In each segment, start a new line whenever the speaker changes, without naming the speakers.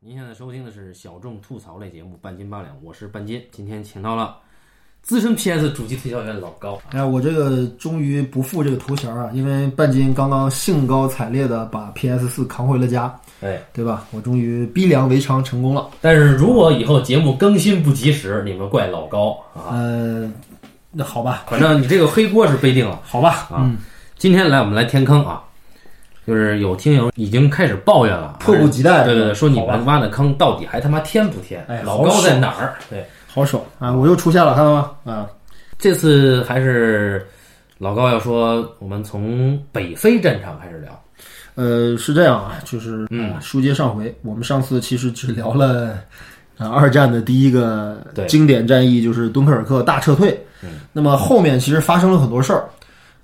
您现在收听的是小众吐槽类节目《半斤八两》，我是半斤。今天请到了资深 PS 主机推销员老高，
哎呀，我这个终于不负这个头衔啊，因为半斤刚刚兴高采烈的把 PS 四扛回了家，
哎，
对吧？我终于逼良为娼成功了。
但是如果以后节目更新不及时，你们怪老高啊。
呃，那好吧，
反正你这个黑锅是背定了。
好吧，嗯
啊今天来我们来填坑啊，就是有听友已经开始抱怨了，哎
迫不及待。嗯
对对对，说你
好吧
们挖的坑到底还他妈填不填？
哎
老
好
高
爽
在哪儿？对，
好爽啊！我又出现了，看到吗？啊，
这次还是老高要说，我们从北非战场开始聊。
呃，是这样啊，就是
嗯
呃书接上回，我们上次其实只聊了。啊，二战的第一个
对嗯
经典战役就是敦刻尔克大撤退。那么后面其实发生了很多事儿。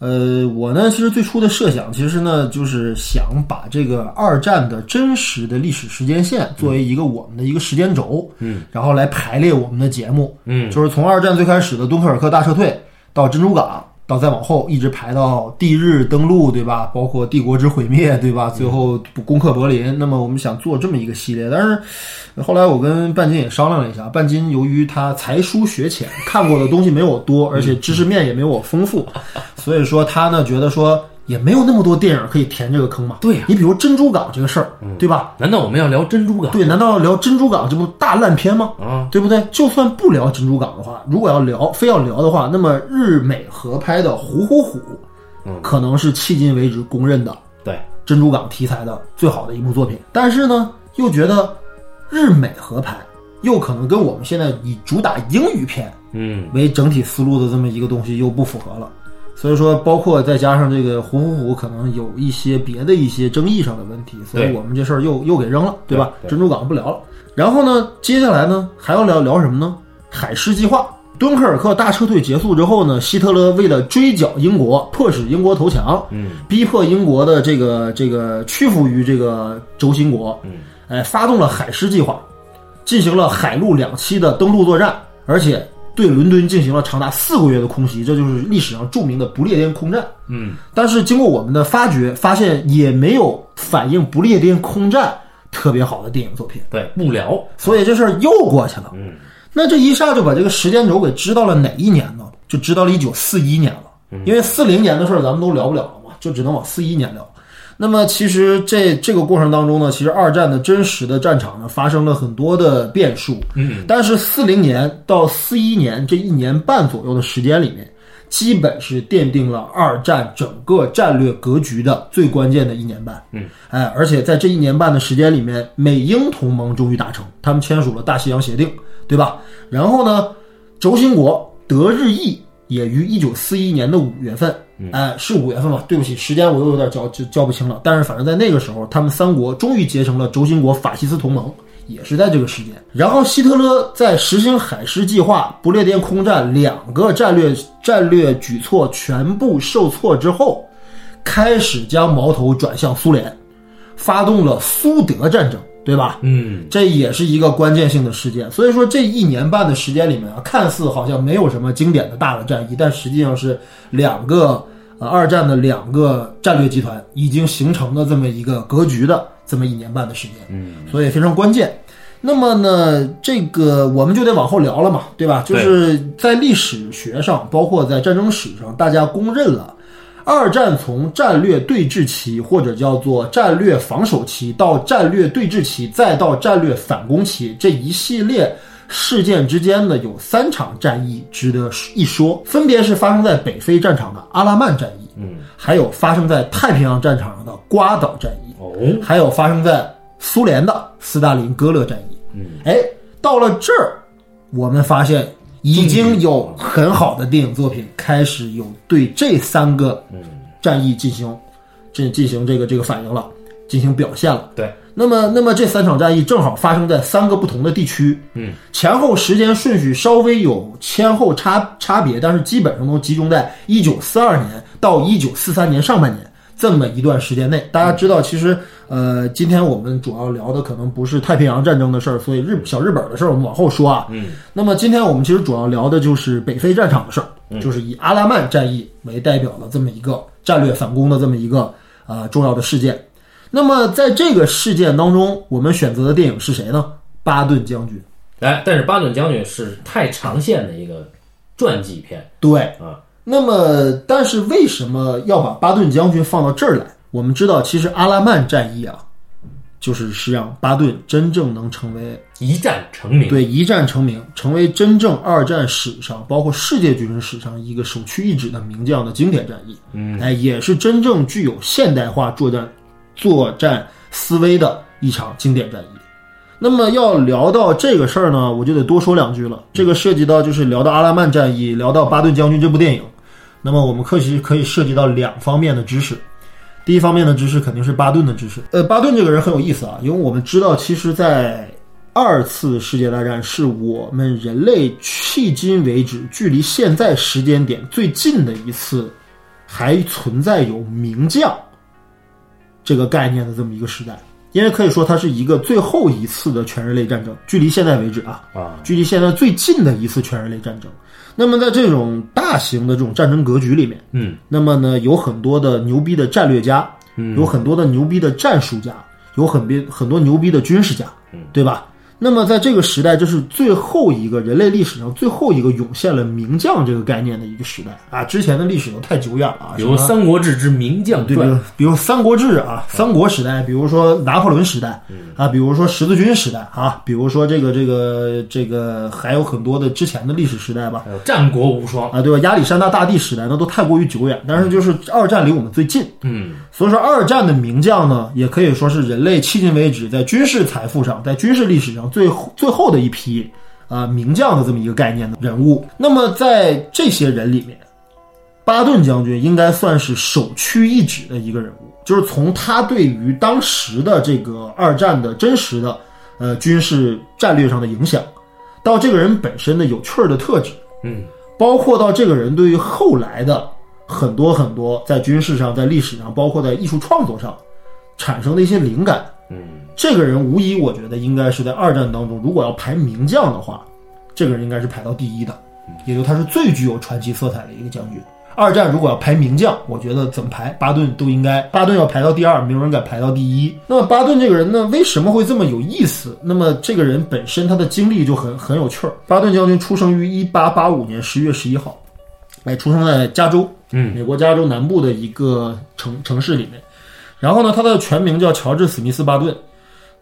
呃，我呢，其实最初的设想，其实呢，就是想把这个二战的真实的历史时间线作为一个我们的一个时间轴，
嗯，
然后来排列我们的节目，
嗯
就是从二战最开始的敦刻尔克大撤退到珍珠港，到再往后一直排到地日登陆，对吧？包括帝国之毁灭，
嗯
对吧？最后攻克柏林。那么我们想做这么一个系列，但是呃后来我跟半斤也商量了一下，半斤由于他才疏学浅，看过的东西没有我多，
嗯
而且知识面也没有我 丰富，所以说他呢觉得说。也没有那么多电影可以填这个坑嘛？
对呀嗯
你比如珍珠港这个事儿，对吧？
难道我们要聊珍珠港？
对，难道聊珍珠港这部大烂片吗？
啊，
对不对？就算不聊珍珠港的话，如果要聊，非要聊的话，那么日美合拍的《虎虎虎》，
嗯
可能是迄今为止公认的
对，
珍珠港题材的最好的一部作品。但是呢，又觉得日美合拍又可能跟我们现在以主打英语片
嗯
为整体思路的这么一个东西又不符合了。所以说，包括再加上这个《虎虎虎》可能有一些别的一些争议上的问题，所以
对
我们这事儿又又给扔了，对吧？
对对
珍珠港不聊了。然后呢，接下来呢还要聊聊什么呢？海狮计划。敦刻尔克大撤退结束之后呢，希特勒为了追剿英国，迫使英国投降，
嗯
逼迫英国的这个这个屈服于这个轴心国，
嗯，
哎，发动了海狮计划，进行了海陆两栖的登陆作战，而且对伦敦进行了长达四个月的空袭，这就是历史上著名的不列颠空战。
嗯，
但是经过我们的发掘，发现也没有反映不列颠空战特别好的电影作品，
对，不聊。
所以这事儿又过去了。
嗯
那这一下就把这个时间轴给知道了哪一年呢？就知道了一九四一年了，
嗯
因为四零年的事儿咱们都聊不了了嘛，就只能往四一年聊。那么其实这这个过程当中呢，其实二战的真实的战场呢发生了很多的变数，
嗯，
但是四零年到四一年这一年半左右的时间里面，基本是奠定了二战整个战略格局的最关键的一年半。
嗯，
哎，而且在这一年半的时间里面，美英同盟终于达成，他们签署了大西洋协定，对吧？然后呢，轴心国德日意也于一九四一年的五月份，哎，是五月份吧？对不起，时间我又有点交就交不清了。但是反正在那个时候，他们三国终于结成了轴心国法西斯同盟，也是在这个时间。然后希特勒在实行海狮计划、不列颠空战两个战略战略举措全部受挫之后，开始将矛头转向苏联，发动了苏德战争，对吧？
嗯，
这也是一个关键性的事件。所以说这一年半的时间里面啊，看似好像没有什么经典的大的战役，但实际上是两个呃二战的两个战略集团已经形成的这么一个格局的这么一年半的时间，嗯，所以非常关键。那么呢，这个我们就得往后聊了嘛，对吧？就是在历史学上，包括在战争史上，大家公认了。二战从战略对峙期，或者叫做战略防守期，到战略对峙期，再到战略反攻期，这一系列事件之间呢，有三场战役值得一说，分别是发生在北非战场的阿拉曼战役，嗯，还有发生在太平洋战场上的瓜岛战役，
哦，
还有发生在苏联的斯大林格勒战役。
嗯，
哎，到了这儿，我们发现已经有很好的电影作品开始有对这三个战役进行这进行这个这个反应了，进行表现了。
对，
那么，那么这三场战役正好发生在三个不同的地区，
嗯，
前后时间顺序稍微有先后差差别，但是基本上都集中在一九四二年到一九四三年上半年这么一段时间内。大家知道，其实呃，今天我们主要聊的可能不是太平洋战争的事儿，所以日小日本的事儿我们往后说啊，嗯，那么今天我们其实主要聊的就是北非战场的事儿，就是以阿拉曼战役为代表的这么一个战略反攻的这么一个呃重要的事件。那么在这个事件当中，我们选择的电影是谁呢？巴顿将军。
哎，但是巴顿将军是太长线的一个传记片，
对
啊，
那么但是为什么要把巴顿将军放到这儿来？我们知道，其实阿拉曼战役啊，就是是让巴顿真正能成为
一战成名。
对一战成名，成为真正二战史上，包括世界军事史上一个首屈一指的名将的经典战役。嗯，哎，也是真正具有现代化作战作战思维的一场经典战役。那么要聊到这个事儿呢，我就得多说两句了。这个涉及到就是聊到阿拉曼战役，聊到巴顿将军这部电影，那么我们可以可以涉及到两方面的知识。第一方面的知识肯定是巴顿的知识。呃，巴顿这个人很有意思啊，因为我们知道，其实，在二次世界大战是我们人类迄今为止距离现在时间点最近的一次还存在有名将这个概念的这么一个时代，因为可以说它是一个最后一次的全人类战争，距离现在为止啊，
啊，
距离现在最近的一次全人类战争。那么在这种大型的这种战争格局里面，
嗯，
那么呢，有很多的牛逼的战略家，有很多的牛逼的战术家，有很别很多牛逼的军事家，对吧？那么在这个时代，这是最后一个人类历史上最后一个涌现了名将这个概念的一个时代啊！之前的历史都太久远了啊，
比如《
什么
三国志之名将
对，比
传》
如比如三国志啊，三国时代，比如说拿破仑时代啊，比如说十字军时代啊，比如说这个这个这个还有很多的之前的历史时代吧，
还有《战国无双》。
啊，对吧？亚历山大大帝时代那都太过于久远，但是就是二战离我们最近，
嗯，
所以说二战的名将呢，也可以说是人类迄今为止在军事财富上，在军事历史上最后最后的一批啊、名将的这么一个概念的人物。那么在这些人里面，巴顿将军应该算是首屈一指的一个人物，就是从他对于当时的这个二战的真实的呃军事战略上的影响，到这个人本身的有趣儿的特质，
嗯，
包括到这个人对于后来的很多很多在军事上、在历史上，包括在艺术创作上产生的一些灵感，
嗯，
这个人无疑我觉得应该是在二战当中，如果要排名将的话，这个人应该是排到第一的，也就他是最具有传奇色彩的一个将军。二战如果要排名将，我觉得怎么排巴顿都应该，巴顿要排到第二，没有人敢排到第一。那么巴顿这个人呢，为什么会这么有意思？那么这个人本身他的经历就很很有趣儿。巴顿将军出生于一八八五年十月十一号，哎，出生在加州，
嗯，
美国加州南部的一个城城市里面。然后呢，他的全名叫乔治·史密斯·巴顿，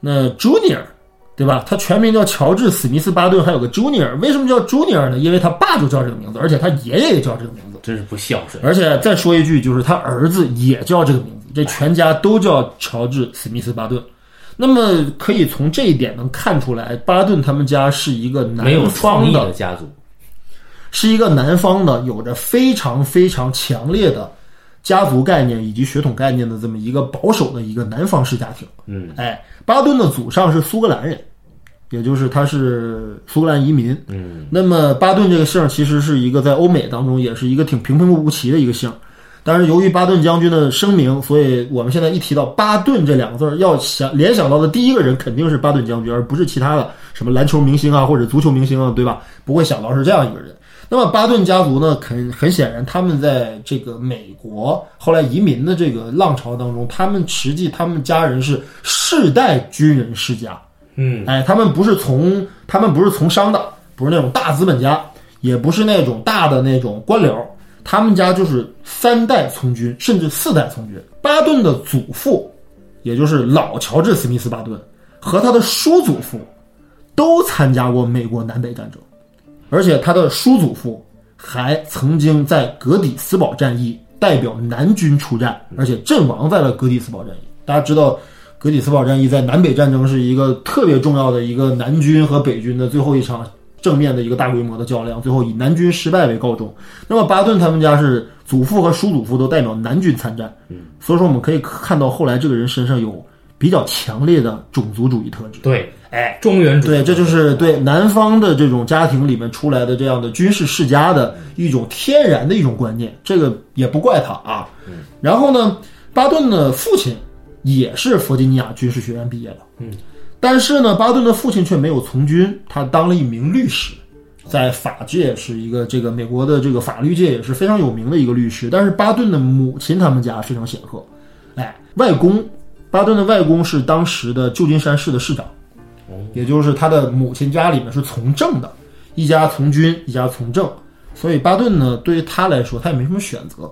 那 Junior，对吧？他全名叫乔治·史密斯·巴顿，还有个 Junior。为什么叫 Junior 呢？因为他爸就叫这个名字，而且他爷爷也叫这个名字。
真是不孝顺。
而且再说一句，就是他儿子也叫这个名字，这全家都叫乔治·史密斯·巴顿。那么可以从这一点能看出来，巴顿他们家是一个
没有
南
创
方
意
的
的家族，
是一个南方的有着非常非常强烈的家族概念以及血统概念的这么一个保守的一个南方式家庭。
嗯，
哎，巴顿的祖上是苏格兰人，也就是他是苏格兰移民。
嗯，
那么巴顿这个姓儿其实是一个在欧美当中也是一个挺平平无奇的一个姓儿。但是由于巴顿将军的声明，所以我们现在一提到巴顿这两个字儿，要想联想到的第一个人肯定是巴顿将军，而不是其他的什么篮球明星啊或者足球明星啊，对吧？不会想到是这样一个人。那么巴顿家族呢，很很显然，他们在这个美国后来移民的这个浪潮当中，他们实际他们家人是世代军人世家，
嗯，
哎，他们不是从他们不是从商的，不是那种大资本家，也不是那种大的那种官僚，他们家就是三代从军，甚至四代从军。巴顿的祖父，也就是老乔治·史密斯·巴顿和他的叔祖父，都参加过美国南北战争，而且他的叔祖父还曾经在格底斯堡战役代表南军出战，而且阵亡在了格底斯堡战役。大家知道，格底斯堡战役在南北战争是一个特别重要的一个南军和北军的最后一场正面的一个大规模的较量，最后以南军失败为告终。那么巴顿他们家是祖父和叔祖父都代表南军参战，所以说我们可以看到后来这个人身上有比较强烈的种族主义特质。
对，哎，中原主义
对，这就是对南方的这种家庭里面出来的这样的军事世家的一种天然的一种观念，这个也不怪他啊。然后呢，巴顿的父亲也是弗吉尼亚军事学院毕业的，嗯，但是呢，巴顿的父亲却没有从军，他当了一名律师。在法界是一个这个美国的这个法律界也是非常有名的一个律师，但是巴顿的母亲他们家非常显赫，哎，外公巴顿的外公是当时的旧金山市的市长，也就是他的母亲家里面是从政的，一家从军，一家从政，所以巴顿呢，对于他来说，他也没什么选择。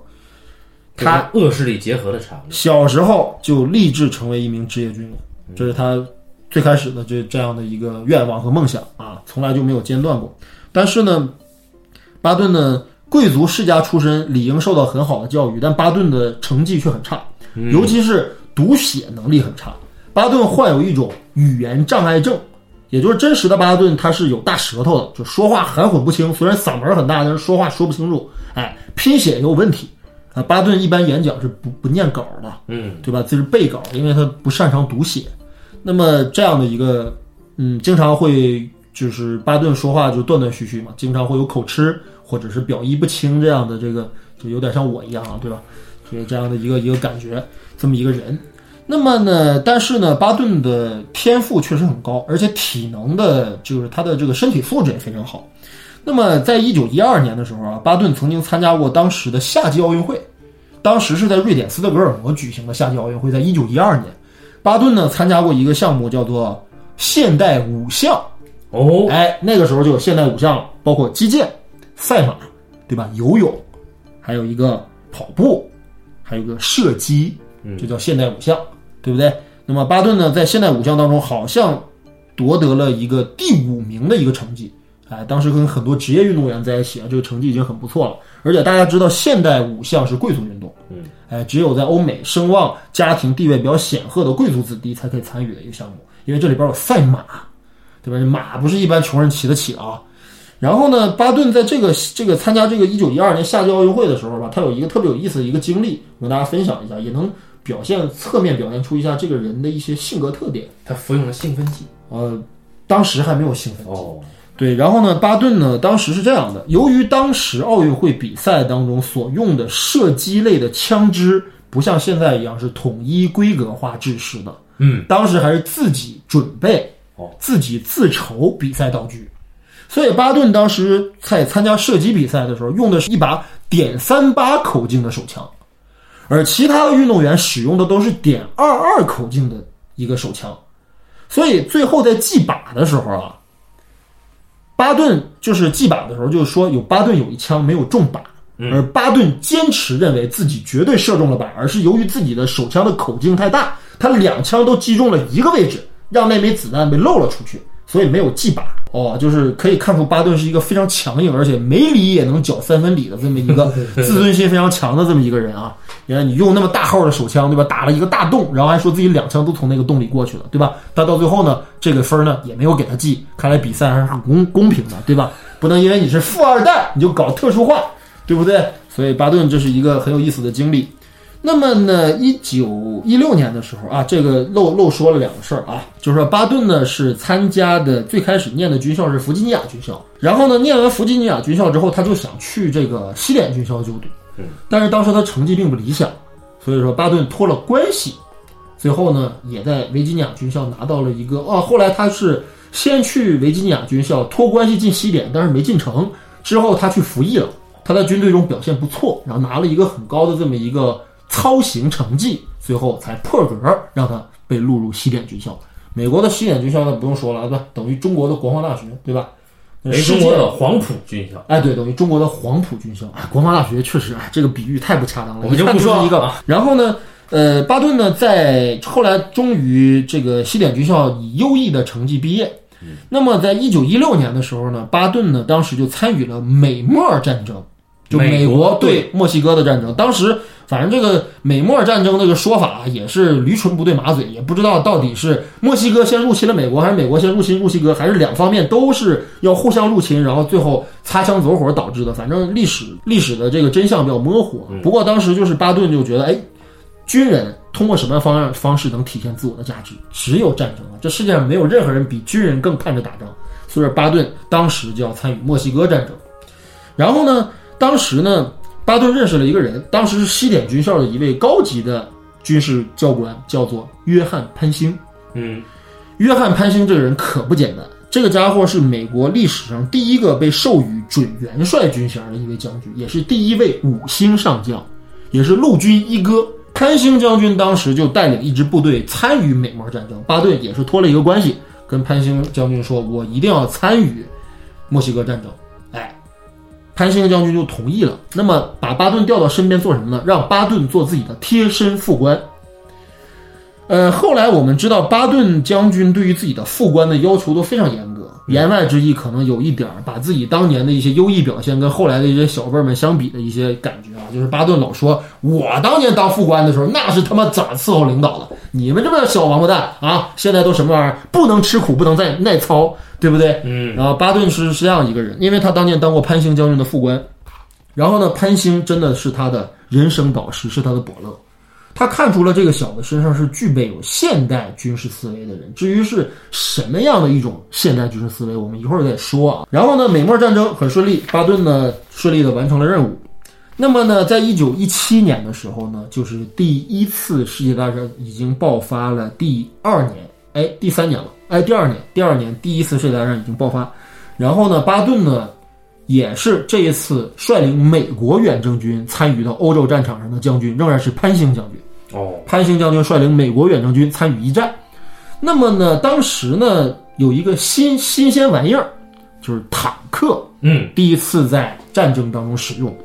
他
这个恶势力结合的产物。
小时候就立志成为一名职业军人，这是他最开始的这这样的一个愿望和梦想啊，从来就没有间断过。但是呢，巴顿呢，贵族世家出身，理应受到很好的教育，但巴顿的成绩却很差，尤其是读写能力很差。巴顿患有一种语言障碍症，也就是真实的巴顿他是有大舌头的，就说话含混不清，虽然嗓门很大，但是说话说不清楚，哎，拼写也有问题。啊，巴顿一般演讲是不不念稿的，
嗯，
对吧？这是背稿，因为他不擅长读写。那么这样的一个，嗯，经常会就是巴顿说话就断断续续嘛，经常会有口吃或者是表意不清这样的这个，就有点像我一样啊，对吧？就是这样的一个一个感觉，这么一个人。那么呢，但是呢，巴顿的天赋确实很高，而且体能的，就是他的这个身体素质也非常好。那么，在一九一二年的时候啊，巴顿曾经参加过当时的夏季奥运会，当时是在瑞典斯德哥尔摩举行的夏季奥运会，在一九一二年，巴顿呢参加过一个项目叫做现代五项，
哦，
哎，那个时候就有现代五项了，包括击剑、赛马，对吧？游泳，还有一个跑步，还有一个射击，这叫现代五项，对不对？那么巴顿呢，在现代五项当中，好像夺得了一个第五名的一个成绩。哎，当时跟很多职业运动员在一起啊，这个成绩已经很不错了。而且大家知道，现代五项是贵族运动，嗯，哎，只有在欧美声望、家庭地位比较显赫的贵族子弟才可以参与的一个项目，因为这里边有赛马，对吧？这马不是一般穷人骑得起的啊。然后呢，巴顿在这个这个参加这个一九一二年夏季奥运会的时候吧，他有一个特别有意思的一个经历，我跟大家分享一下，也能表现侧面表现出一下这个人的一些性格特点。
他服用了兴奋剂。
呃，当时还没有兴奋剂，
哦，
对，然后呢，巴顿呢，当时是这样的，由于当时奥运会比赛当中所用的射击类的枪支不像现在一样是统一规格化制式的，
嗯，
当时还是自己准备，
哦，
自己自筹比赛道具，所以巴顿当时在参加射击比赛的时候用的是一把点三八口径的手枪，而其他的运动员使用的都是点二二口径的一个手枪，所以最后在记靶的时候啊，巴顿就是记靶的时候，就是说有巴顿有一枪没有中靶，而巴顿坚持认为自己绝对射中了靶，而是由于自己的手枪的口径太大，他两枪都击中了一个位置，让那枚子弹被漏了出去，所以没有记靶。哦，就是可以看出巴顿是一个非常强硬，而且没理也能搅三分理的这么一个自尊心非常强的这么一个人啊。你看，你用那么大号的手枪，对吧？打了一个大洞，然后还说自己两枪都从那个洞里过去了，对吧？但到最后呢，这个分儿呢也没有给他记，看来比赛还是很公公平的，对吧？不能因为你是富二代你就搞特殊化，对不对？所以巴顿这是一个很有意思的经历。那么呢，一九一六年的时候啊，这个漏漏说了两个事儿啊，就是说巴顿呢是参加的最开始念的军校是弗吉尼亚军校，然后呢念完弗吉尼亚军校之后，他就想去这个西点军校就读，但是当时他成绩并不理想，所以说巴顿托了关系，最后呢也在维吉尼亚军校拿到了一个哦，后来他是先去维吉尼亚军校托关系进西点，但是没进城，之后他去服役了，他在军队中表现不错，然后拿了一个很高的这么一个操行成绩，最后才破格让他被录入西点军校。美国的西点军校那不用说了，对吧？等于中国的国防大学，对吧？那
为
嗯世
中
界
国的黄埔军校。
哎，对，等于中国的黄埔军校，哎，国防大学确实，哎，这个比喻太不恰当了，
我们就不
一看
说
是一个
了。啊
然后呢，呃，巴顿呢，在后来终于这个西点军校以优异的成绩毕业。
嗯
那么，在一九一六年的时候呢，巴顿呢，当时就参与了美墨战争，就
美
美
国
国对墨西哥的战争。当时，反正这个美墨战争这个说法啊也是驴唇不对马嘴，也不知道到底是墨西哥先入侵了美国，还是美国先入侵墨西哥，还是两方面都是要互相入侵，然后最后擦枪走火导致的。反正历史历史的这个真相比较模糊啊。
嗯
不过当时就是巴顿就觉得，哎，军人通过什么样方案方式能体现自我的价值？只有战争啊！这世界上没有任何人比军人更看着打仗。所以说巴顿当时就要参与墨西哥战争。然后呢，当时呢，巴顿认识了一个人，当时是西点军校的一位高级的军事教官，叫做约翰潘兴。
嗯，
约翰潘兴这个人可不简单，这个家伙是美国历史上第一个被授予准元帅军衔的一位将军，也是第一位五星上将，也是陆军一哥，开兴将军当时就带领一支部队参与美墨战争，巴顿也是托了一个关系，跟潘兴将军说：“我一定要参与墨西哥战争。”哎，潘兴将军就同意了。那么把巴顿调到身边做什么呢？让巴顿做自己的贴身副官。呃，后来我们知道，巴顿将军对于自己的副官的要求都非常严格，言外之意可能有一点儿把自己当年的一些优异表现跟后来的一些小辈儿们相比的一些感觉啊，就是巴顿老说，我当年当副官的时候，那是他妈咋伺候领导的，你们这么小王八蛋啊，现在都什么玩意儿，不能吃苦，不能再耐操，对不对？
嗯，
然后巴顿是是这样一个人，因为他当年当过潘兴将军的副官，然后呢，潘兴真的是他的人生导师，是他的伯乐。他看出了这个小子身上是具备有现代军事思维的人。至于是什么样的一种现代军事思维，我们一会儿再说啊。然后呢，美墨战争很顺利，巴顿呢顺利的完成了任务。那么呢，在一九一七年的时候呢，就是第一次世界大战已经爆发了第二年，哎，第三年了，哎，第二年，第二年第一次世界大战已经爆发。然后呢，巴顿呢也是这一次率领美国远征军参与到欧洲战场上的将军，仍然是潘兴将军。
哦，
潘兴将军率领美国远征军参与一战。那么呢，当时呢有一个新新鲜玩意儿，就是坦克
嗯，
第一次在战争当中使用。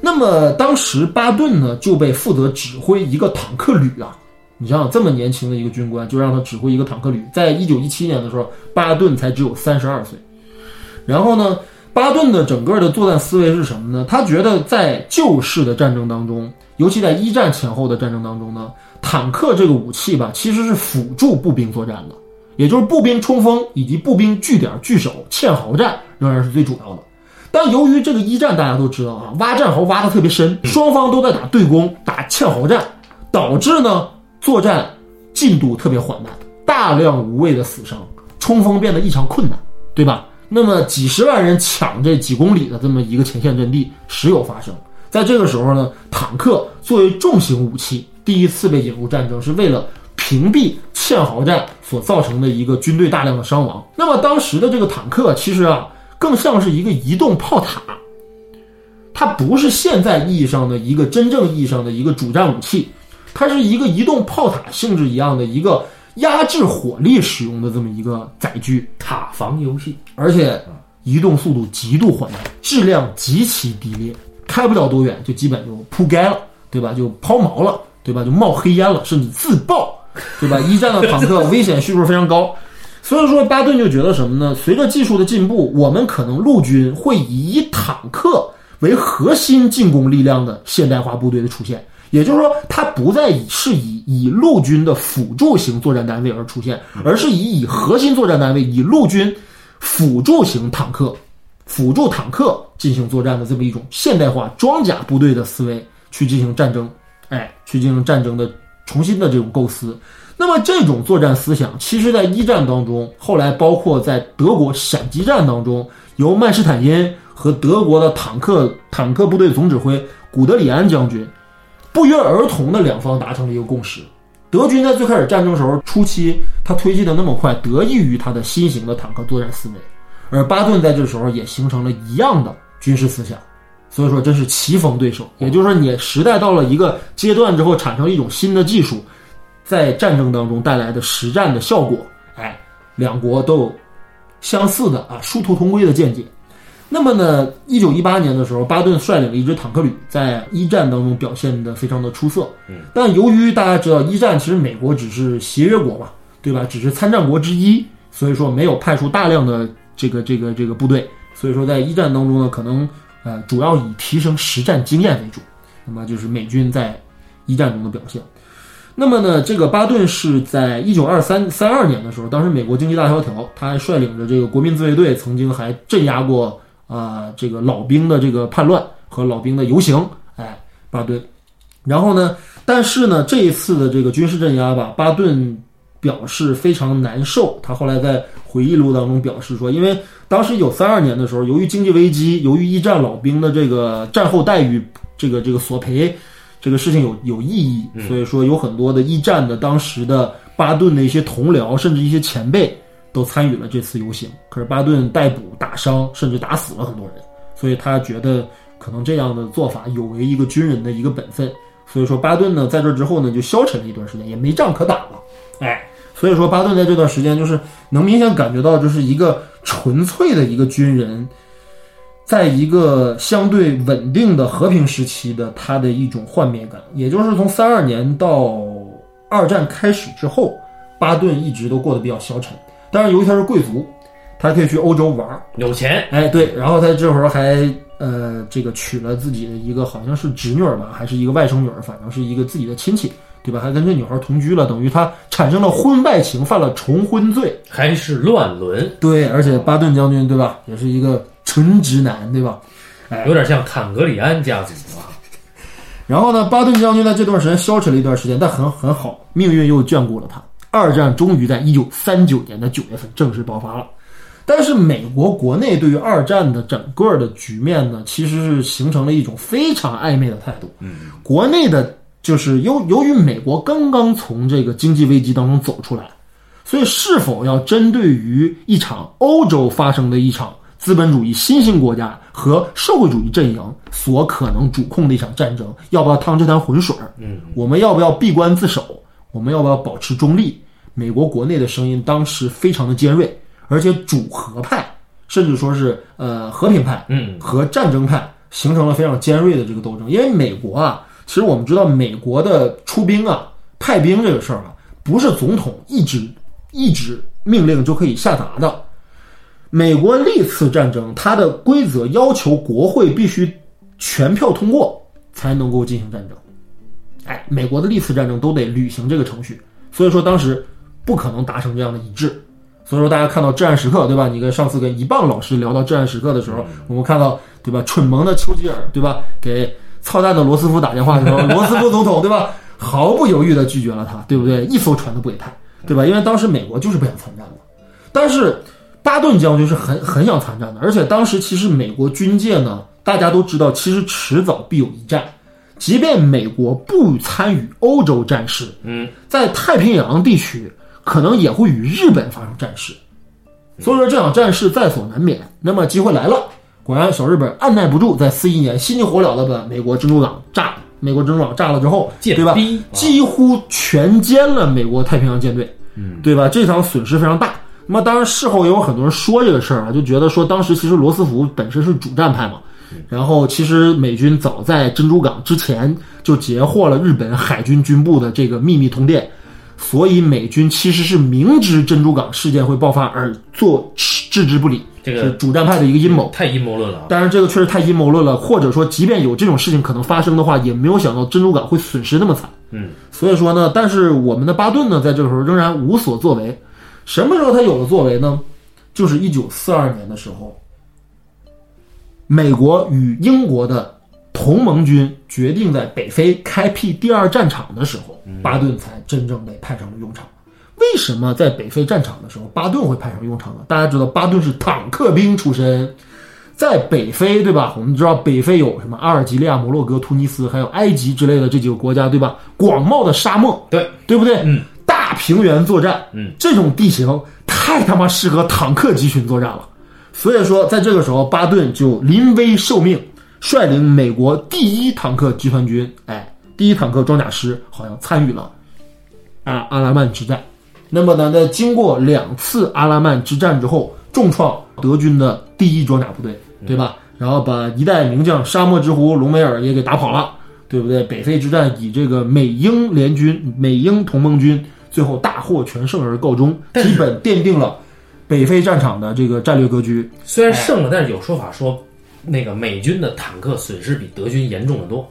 那么当时巴顿呢就被负责指挥一个坦克旅啊，你想想这么年轻的一个军官，就让他指挥一个坦克旅，在一九一七年的时候，巴顿才只有三十二岁。然后呢，巴顿的整个的作战思维是什么呢？他觉得在旧式的战争当中，尤其在一战前后的战争当中呢，坦克这个武器吧，其实是辅助步兵作战的，也就是步兵冲锋以及步兵据点据守、堑壕战仍然是最主要的。但由于这个一战大家都知道啊，挖战壕挖的特别深，双方都在打对攻、打堑壕战，导致呢作战进度特别缓慢，大量无谓的死伤，冲锋变得异常困难，对吧？那么几十万人抢这几公里的这么一个前线阵地，时有发生。在这个时候呢，坦克作为重型武器，第一次被引入战争，是为了屏蔽堑壕战所造成的一个军队大量的伤亡。那么当时的这个坦克，其实啊，更像是一个移动炮塔，它不是现在意义上的一个真正意义上的一个主战武器，它是一个移动炮塔性质一样的一个压制火力使用的这么一个载具。
塔防游戏，
而且移动速度极度缓慢，质量极其低劣，开不了多远就基本就扑街了，对吧？就抛锚了，对吧？就冒黑烟了，甚至自爆，对吧？一战的坦克危险系数非常高，所以说巴顿就觉得什么呢？随着技术的进步，我们可能陆军会以坦克为核心进攻力量的现代化部队的出现。也就是说，它不再以是以以陆军的辅助型作战单位而出现，而是以以核心作战单位以陆军辅助型坦克、辅助坦克进行作战的这么一种现代化装甲部队的思维去进行战争，哎，去进行战争的重新的这种构思。那么这种作战思想，其实在一战当中，后来包括在德国闪击战当中，由曼施坦因和德国的坦克坦克部队总指挥古德里安将军，不约而同的两方达成了一个共识，德军在最开始战争时候初期，他推进的那么快，得益于他的新型的坦克作战思维，而巴顿在这时候也形成了一样的军事思想，所以说真是棋逢对手。也就是说，你时代到了一个阶段之后，产生一种新的技术，在战争当中带来的实战的效果，哎，两国都有相似的啊殊途同归的见解。那么呢，一九一八年的时候，巴顿率领了一支坦克旅，在一战当中表现得非常的出色。
嗯，
但由于大家知道，一战其实美国只是协约国嘛，对吧？只是参战国之一，所以说没有派出大量的这个这个这个部队，所以说在一战当中呢，可能呃主要以提升实战经验为主。那么就是美军在一战中的表现。那么呢，这个巴顿是在一九二三三二年的时候，当时美国经济大萧条，他还率领着这个国民自卫队曾经还镇压过啊、这个老兵的这个叛乱和老兵的游行，哎，巴顿。然后呢，但是呢，这一次的这个军事镇压吧，巴顿表示非常难受。他后来在回忆录当中表示说，因为当时有三二年的时候，由于经济危机，由于一战老兵的这个战后待遇，这个这个索赔，这个事情有有意义，所以说有很多的一战的当时的巴顿的一些同僚，甚至一些前辈都参与了这次游行。可是巴顿逮捕、打伤，甚至打死了很多人，所以他觉得可能这样的做法有违一个军人的一个本分，所以说巴顿呢，在这之后呢，就消沉了一段时间，也没仗可打了。
哎，
所以说巴顿在这段时间，就是能明显感觉到，就是一个纯粹的一个军人，在一个相对稳定的和平时期的他的一种幻灭感，也就是从三二年到二战开始之后，巴顿一直都过得比较消沉。当然，由于他是贵族，他可以去欧洲玩儿，
有钱，
哎，对，然后他这会儿还呃，这个娶了自己的一个好像是侄女儿吧，还是一个外甥女儿，反正是一个自己的亲戚，对吧？还跟这女孩同居了，等于他产生了婚外情，犯了重婚罪。哦
还是乱伦，
对，而且巴顿将军，对吧？也是一个纯直男，对吧？
有点像坎格里安家族啊。
然后呢，巴顿将军在这段时间消沉了一段时间，但很很好，命运又眷顾了他。二战终于在一九三九年的九月份正式爆发了。但是美国国内对于二战的整个的局面呢，其实是形成了一种非常暧昧的态度。嗯，国内的就是由由于美国刚刚从这个经济危机当中走出来，所以是否要针对于一场欧洲发生的一场资本主义新兴国家和社会主义阵营所可能主控的一场战争，要不要趟这滩浑水？嗯，我们要不要闭关自守？我们要不要保持中立？美国国内的声音当时非常的尖锐，而且主和派，甚至说是呃和平派，
嗯，
和战争派形成了非常尖锐的这个斗争。因为美国啊，其实我们知道，美国的出兵啊、派兵这个事儿啊，不是总统一纸一纸命令就可以下达的。美国历次战争，它的规则要求国会必须全票通过才能够进行战争。哎，美国的历次战争都得履行这个程序，所以说当时不可能达成这样的一致。所以说大家看到《至暗时刻》，对吧？你跟上次跟一棒老师聊到《至暗时刻》的时候，我们看到对吧？蠢萌的丘吉尔，对吧？给操蛋的罗斯福打电话的时候，罗斯福总统对吧？毫不犹豫的拒绝了他，对不对？一艘船都不给派，对吧？因为当时美国就是不想参战嘛。但是巴顿将军是很很想参战的，而且当时其实美国军界呢，大家都知道，其实迟早必有一战。即便美国不参与欧洲战事，
嗯，
在太平洋地区可能也会与日本发生战事，所以说这场战事在所难免。那么机会来了，果然小日本按耐不住，在四一年心急火燎的把美国珍珠港炸了。美国珍珠港炸了之后，
贱
对吧
逼？
几乎全歼了美国太平洋舰队，
嗯
对吧？这场损失非常大。那么当然，事后也有很多人说这个事儿啊，就觉得说当时其实罗斯福本身是主战派嘛，
嗯
然后其实美军早在珍珠港之前就截获了日本海军军部的这个秘密通电，所以美军其实是明知珍珠港事件会爆发而做置之不理，
这个
是主战派的一个阴谋。
太阴谋论了啊！
但是这个确实太阴谋论了，或者说，即便有这种事情可能发生的话，也没有想到珍珠港会损失那么惨。
嗯，
所以说呢，但是我们的巴顿呢，在这个时候仍然无所作为。什么时候他有了作为呢？就是一九四二年的时候，美国与英国的同盟军决定在北非开辟第二战场的时候，巴顿才真正被派上了用场。为什么在北非战场的时候，巴顿会派上用场呢？大家知道，巴顿是坦克兵出身，在北非，对吧？我们知道北非有什么阿尔及利亚、摩洛哥、突尼斯，还有埃及之类的这几个国家，对吧？广袤的沙漠，
对，
对不对？嗯，大平原作战，
嗯，
这种地形太他妈适合坦克集群作战了。所以说，在这个时候，巴顿就临危受命，率领美国第一坦克集团军，哎，第一坦克装甲师好像参与了啊阿阿拉曼之战。那么呢，在经过两次阿拉曼之战之后，重创德军的第一装甲部队，
嗯
对吧？然后把一代名将沙漠之狐隆美尔也给打跑了，对不对？北非之战以这个美英联军、美英同盟军最后大获全胜而告终，
但是
基本奠定了北非战场的这个战略格局。
虽然胜了，但是有说法说，那个美军的坦克损失比德军严重的多，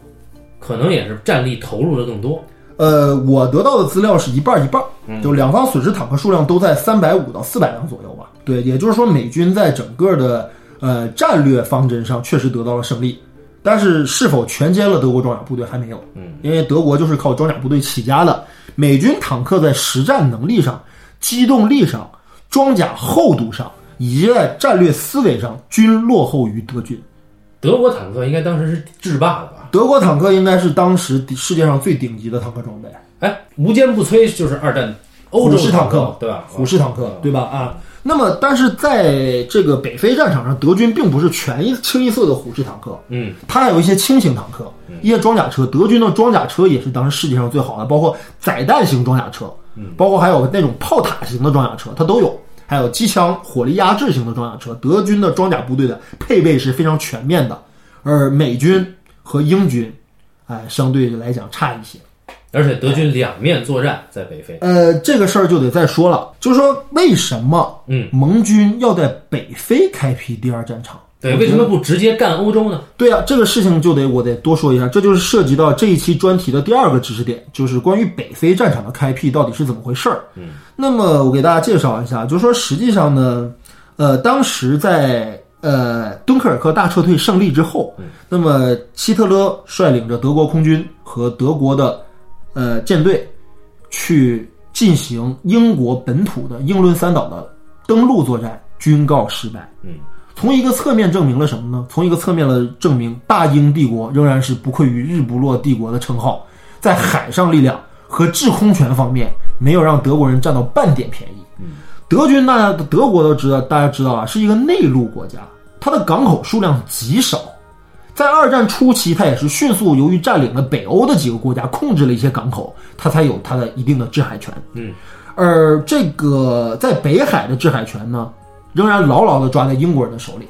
可能也是战力投入的更多。
呃，我得到的资料是一半儿一半儿，就两方损失坦克数量都在三百五到四百辆左右吧。对，也就是说美军在整个的呃战略方针上确实得到了胜利，但是是否全歼了德国装甲部队还没有，嗯，因为德国就是靠装甲部队起家的，美军坦克在实战能力上、机动力上、装甲厚度上以及在战略思维上均落后于德军。
德国坦克应该当时是制霸的吧？
德国坦克应该是当时世界上最顶级的坦克装备。
哎，无坚不摧就是二战欧洲
虎式坦克
对吧？嗯
虎式坦克，对吧？啊，那么，但是在这个北非战场上，德军并不是全一清一色的虎式坦克，
嗯，
它还有一些轻型坦克，一些装甲车。德军的装甲车也是当时世界上最好的，包括载弹型装甲车，
嗯
包括还有那种炮塔型的装甲车，它都有。还有机枪火力压制型的装甲车，德军的装甲部队的配备是非常全面的，而美军和英军，哎，相对来讲差一些。
而且德军两面作战在北非，
呃，这个事儿就得再说了，就是说为什么
嗯
盟军要在北非开辟第二战场？
对，为什么不直接干欧洲呢？
对啊，这个事情就得我得多说一下，这就是涉及到这一期专题的第二个知识点，就是关于北非战场的开辟到底是怎么回事儿。嗯，那么我给大家介绍一下，就是说实际上呢，呃，当时在呃敦刻尔克大撤退胜利之后，那么希特勒率领着德国空军和德国的呃舰队去进行英国本土的英伦三岛的登陆作战，均告失败。从一个侧面证明了什么呢？从一个侧面了证明大英帝国仍然是不愧于日不落帝国的称号，在海上力量和制空权方面没有让德国人占到半点便宜。德军大家德国都知道，大家知道啊，是一个内陆国家，它的港口数量极少。在二战初期，它也是迅速由于占领了北欧的几个国家，控制了一些港口，它才有它的一定的制海权。
嗯，
而这个在北海的制海权呢，仍然牢牢地抓在英国人的手里。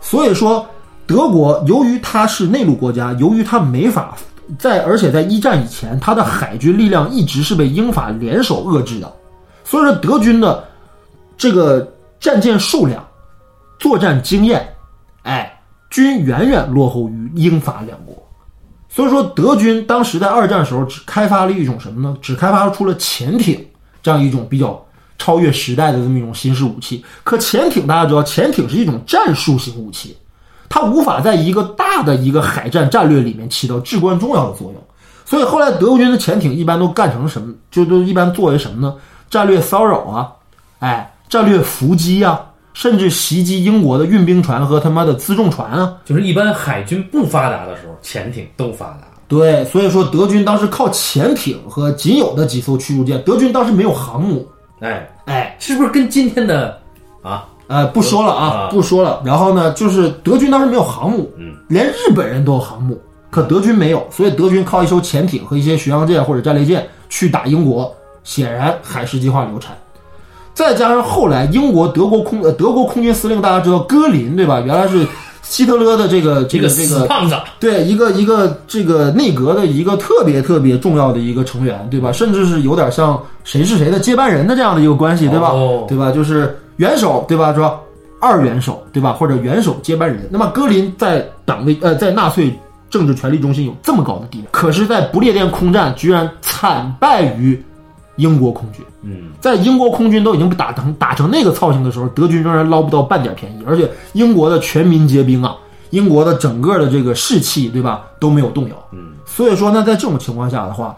所以说，德国由于它是内陆国家，由于它没法在，而且在一战以前，它的海军力量一直是被英法联手遏制的。所以说，德军的这个战舰数量、作战经验，哎，均远远落后于英法两国。所以说，德军当时在二战时候只开发了一种什么呢？只开发出了潜艇这样一种比较超越时代的这么一种新式武器。可潜艇大家知道，潜艇是一种战术型武器，它无法在一个大的一个海战战略里面起到至关重要的作用。所以后来德国军的潜艇一般都干成什么？就都一般作为什么呢？战略骚扰啊，哎，战略伏击啊，甚至袭击英国的运兵船和他妈的辎重船啊。
就是一般海军不发达的时候，潜艇都发达。
对，所以说德军当时靠潜艇和仅有的几艘驱逐舰，德军当时没有航母，
哎，
哎，
是不是跟今天的啊？
呃，不说了啊
啊，
不说了。然后呢，就是德军当时没有航母，
嗯，
连日本人都有航母，可德军没有，所以德军靠一艘潜艇和一些巡洋舰或者战列舰去打英国，显然海狮计划流产。再加上后来英国德国空呃德国空军司令大家知道戈林对吧？原来是希特勒的这个
这
这个
个
这
死
个
胖子，
对，一个一个这个内阁的一个特别特别重要的一个成员，对吧？甚至是有点像谁是谁的接班人的这样的一个关系，对吧？
哦
对吧？就是元首，对吧？是吧？二元首，对吧？或者元首接班人。那么戈林在党内呃在纳粹政治权力中心有这么高的地位，可是，在不列颠空战居然惨败于英国空军。
嗯，
在英国空军都已经被打成打成那个操性的时候，德军仍然捞不到半点便宜，而且英国的全民皆兵啊，英国的整个的这个士气，对吧，都没有动摇。
嗯，
所以说呢，在这种情况下的话，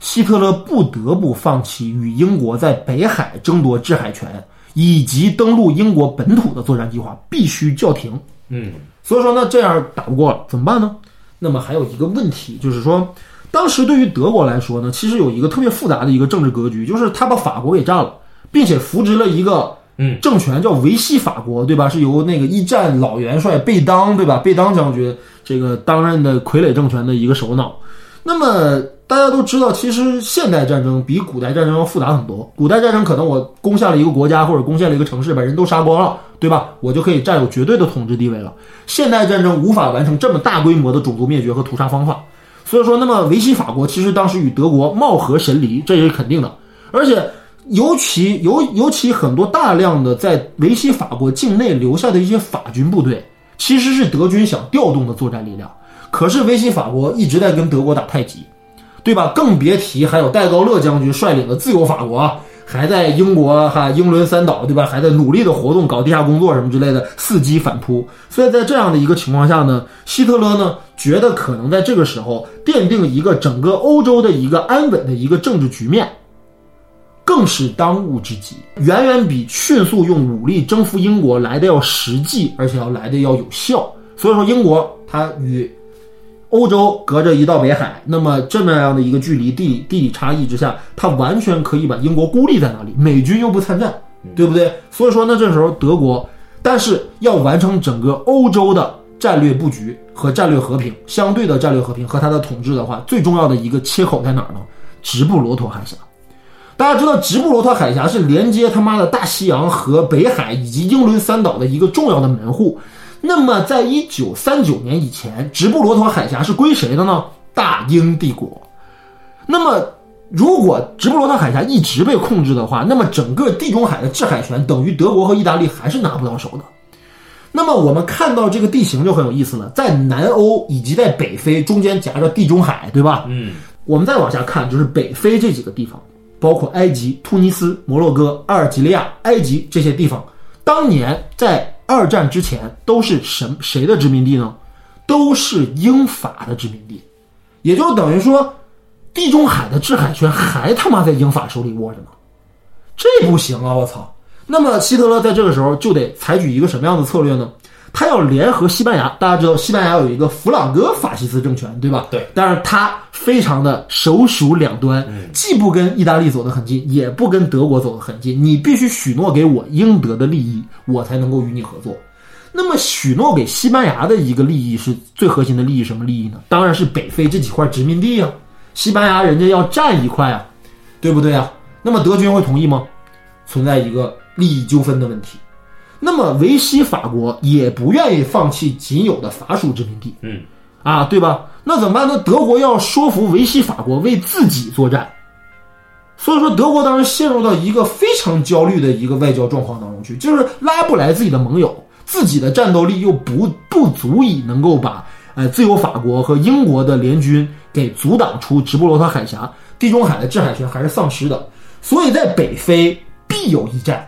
希特勒不得不放弃与英国在北海争夺制海权以及登陆英国本土的作战计划，必须叫停。
嗯，
所以说呢，这样打不过了怎么办呢？那么还有一个问题就是说，当时对于德国来说呢，其实有一个特别复杂的一个政治格局，就是他把法国给占了，并且扶植了一个
嗯
政权叫维希法国，对吧？是由那个一战老元帅贝当，对吧？贝当将军这个担任的傀儡政权的一个首脑。那么大家都知道，其实现代战争比古代战争要复杂很多。古代战争可能我攻下了一个国家或者攻陷了一个城市，把人都杀光了，对吧？我就可以占有绝对的统治地位了。现代战争无法完成这么大规模的种族灭绝和屠杀方法，所以说，那么维希法国其实当时与德国貌合神离，这也是肯定的。而且，尤其尤尤其很多大量的在维希法国境内留下的一些法军部队，其实是德军想调动的作战力量。可是维希法国一直在跟德国打太极，对吧？更别提还有戴高乐将军率领的自由法国啊，还在英国哈、英伦三岛，对吧？还在努力的活动，搞地下工作什么之类的，伺机反扑。所以在这样的一个情况下呢，希特勒呢觉得可能在这个时候奠定一个整个欧洲的一个安稳的一个政治局面，更是当务之急，远远比迅速用武力征服英国来的要实际，而且要来的要有效。所以说，英国它与欧洲隔着一道北海，那么这么样的一个距离地理地理差异之下，它完全可以把英国孤立在那里，美军又不参战，对不对？所以说呢，这时候德国，但是要完成整个欧洲的战略布局和战略和平，相对的战略和平和它的统治的话，最重要的一个切口在哪儿呢？直布罗陀海峡。大家知道，直布罗陀海峡是连接他妈的大西洋和北海以及英伦三岛的一个重要的门户。那么，在一九三九年以前，直布罗陀海峡是归谁的呢？大英帝国。那么，如果直布罗陀海峡一直被控制的话，那么整个地中海的制海权等于德国和意大利还是拿不到手的。那么我们看到这个地形就很有意思了，在南欧以及在北非中间夹着地中海，对吧？
嗯，
我们再往下看，就是北非这几个地方，包括埃及、突尼斯、摩洛哥、阿尔及利亚、埃及这些地方，当年在二战之前都是什谁的殖民地呢？都是英法的殖民地，也就等于说，地中海的制海权还他妈在英法手里握着呢，这不行啊！我操！那么希特勒在这个时候就得采取一个什么样的策略呢？他要联合西班牙，大家知道西班牙有一个弗朗哥法西斯政权，对吧？
对
但是他非常的首鼠两端，既不跟意大利走得很近，也不跟德国走得很近。你必须许诺给我应得的利益，我才能够与你合作。那么许诺给西班牙的一个利益是最核心的利益，什么利益呢？当然是北非这几块殖民地啊，西班牙人家要占一块啊，对不对啊？那么德军会同意吗？存在一个利益纠纷的问题。那么维希法国也不愿意放弃仅有的法属殖民地，
嗯，
啊，对吧？那怎么办呢？德国要说服维希法国为自己作战，所以说德国当时陷入到一个非常焦虑的一个外交状况当中去，就是拉不来自己的盟友，自己的战斗力又不不足以能够把呃自由法国和英国的联军给阻挡出直布罗陀海峡，地中海的制海权还是丧失的，所以在北非必有一战。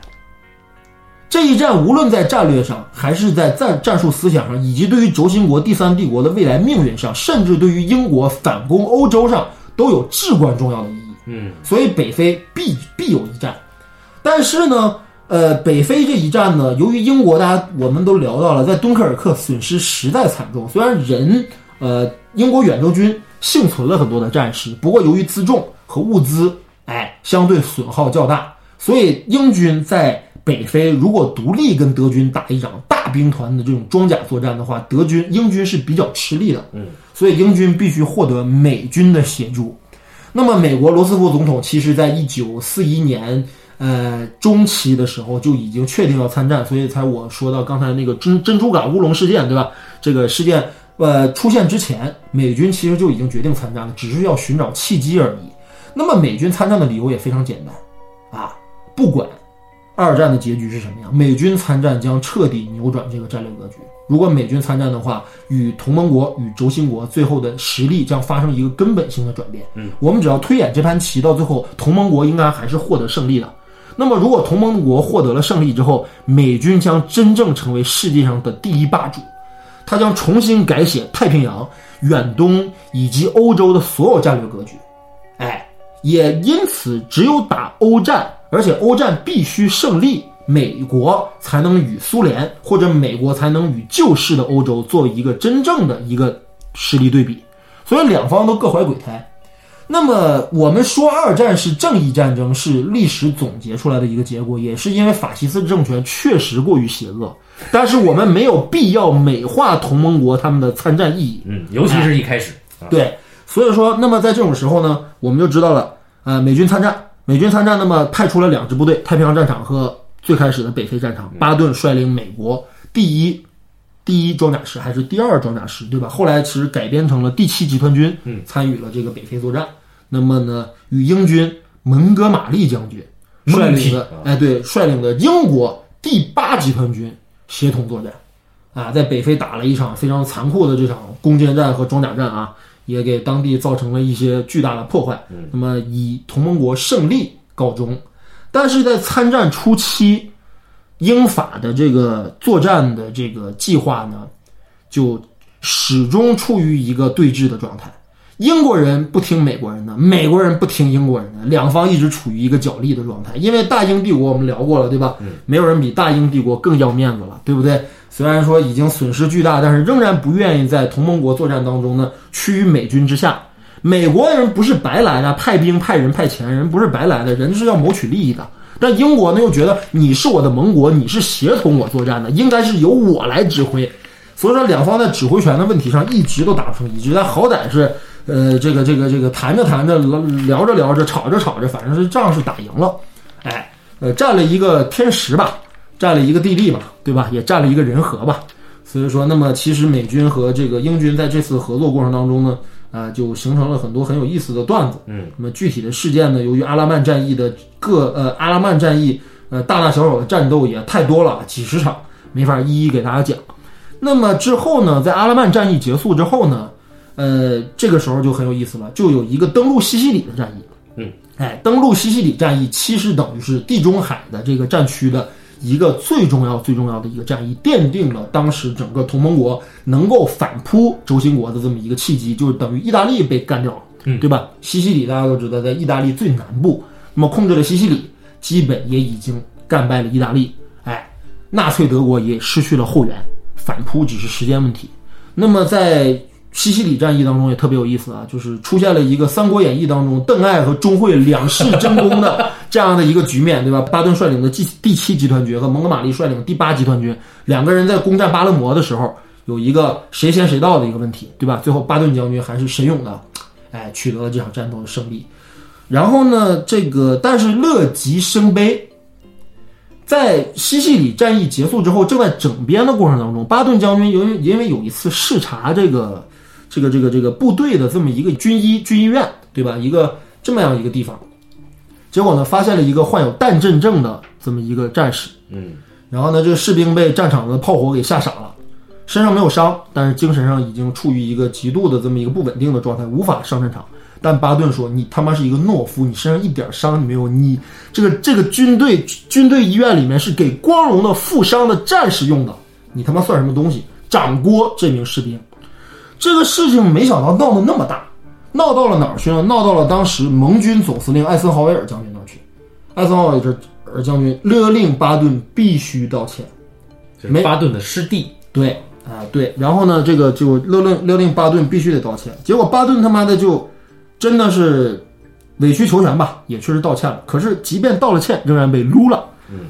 这一战无论在战略上，还是在战战术思想上，以及对于轴心国第三帝国的未来命运上，甚至对于英国反攻欧洲上，都有至关重要的意义。
嗯，
所以北非必必有一战。但是呢，呃，北非这一战呢，由于英国大家我们都聊到了，在敦刻尔克损失实在惨重，虽然人呃英国远征军幸存了很多的战士，不过由于辎重和物资，哎，相对损耗较大，所以英军在北非如果独立跟德军打一场大兵团的这种装甲作战的话，德军英军是比较吃力的，嗯，所以英军必须获得美军的协助，那么，美国罗斯福总统其实在一九四一年呃中期的时候就已经确定要参战，所以才我说到刚才那个珍珍珠港乌龙事件，对吧？这个事件呃出现之前，美军其实就已经决定参战了，只是要寻找契机而已。那么，美军参战的理由也非常简单啊，不管二战的结局是什么样，美军参战将彻底扭转这个战略格局。如果美军参战的话，与同盟国与轴心国最后的实力将发生一个根本性的转变。嗯，我们只要推演这盘棋，到最后同盟国应该还是获得胜利的。那么，如果同盟国获得了胜利之后，美军将真正成为世界上的第一霸主，它将重新改写太平洋、远东以及欧洲的所有战略格局。哎，也因此，只有打欧战，而且欧战必须胜利，美国才能与苏联或者美国才能与旧式的欧洲做一个真正的一个实力对比。所以两方都各怀鬼胎。那么我们说二战是正义战争，是历史总结出来的一个结果，也是因为法西斯政权确实过于邪恶，但是我们没有必要美化同盟国他们的参战意义。
嗯，尤其是一开始啊，
对，所以说，那么在这种时候呢，我们就知道了，呃，美军参战，美军参战，那么派出了两支部队，太平洋战场和最开始的北非战场。巴顿率领美国第一第一装甲师还是第二装甲师，对吧？后来其实改编成了第七集团军，嗯，参与了这个北非作战。那么呢，与英军蒙哥马利将军率
蒙
领
皮
的，哎，对，率领的英国第八集团军协同作战。啊，在北非打了一场非常残酷的这场攻坚战和装甲战啊，也给当地造成了一些巨大的破坏。那么以同盟国胜利告终，但是在参战初期，英法的这个作战的这个计划呢，就始终处于一个对峙的状态。英国人不听美国人的，美国人不听英国人的，两方一直处于一个角力的状态。因为大英帝国我们聊过了，对吧？没有人比大英帝国更要面子了，对不对？虽然说已经损失巨大，但是仍然不愿意在同盟国作战当中呢屈于美军之下。美国人不是白来的，派兵、派人、派钱，人不是白来的，人是要谋取利益的。但英国呢又觉得你是我的盟国，你是协同我作战的，应该是由我来指挥。所以说，两方在指挥权的问题上一直都达不成一致，但好歹是，呃，这个这个这个谈着谈着，聊着聊着，吵着吵着，反正是仗是打赢了，哎，呃，占了一个天时吧，占了一个地利吧，对吧？也占了一个人和吧。所以说，那么其实美军和这个英军在这次合作过程当中呢，啊、就形成了很多很有意思的段子。
嗯，
那么具体的事件呢，由于阿拉曼战役的各呃阿拉曼战役呃大大小小的战斗也太多了，几十场，没法一一给大家讲。那么之后呢，在阿拉曼战役结束之后呢，呃，这个时候就很有意思了，就有一个登陆西西里的战役。
嗯，
哎，登陆西西里战役其实等于是地中海的这个战区的一个最重要、最重要的一个战役，奠定了当时整个同盟国能够反扑轴心国的这么一个契机，就是等于意大利被干掉了，
嗯
对吧？西西里大家都知道，在意大利最南部，那么控制了西西里，基本也已经干败了意大利，哎，纳粹德国也失去了后援，反扑只是时间问题。那么在西西里战役当中也特别有意思啊，就是出现了一个《三国演义》当中邓艾和钟会两世争功的这样的一个局面，对吧？巴顿率领的第第七集团军和蒙哥马利率领的第八集团军，两个人在攻占巴勒摩的时候，有一个谁先谁到的一个问题，对吧？最后巴顿将军还是神勇的，哎，取得了这场战斗的胜利。然后呢，这个但是乐极生悲，在西西里战役结束之后，正在整编的过程当中，巴顿将军由于因为有一次视察这个这个这个这个部队的这么一个军医军医院，对吧？一个这么样一个地方，结果呢，发现了一个患有弹震症的这么一个战士，
嗯，
然后呢，这个士兵被战场的炮火给吓傻了，身上没有伤，但是精神上已经处于一个极度的这么一个不稳定的状态，无法上战场。但巴顿说：“你他妈是一个懦夫，你身上一点伤你没有，你这个这个军队军队医院里面是给光荣的负伤的战士用的，你他妈算什么东西？掌掴这名士兵。”这个事情没想到闹得那么大，闹到了哪儿去呢？闹到了当时盟军总司令艾森豪威尔将军那儿去。艾森豪威尔将军勒令巴顿必须道歉。
这
没
是巴顿的师弟，
对啊、对。然后呢，这个就勒令勒令巴顿必须得道歉。结果巴顿他妈的就真的是委曲求全吧，也确实道歉了。可是即便道了歉，仍然被撸了，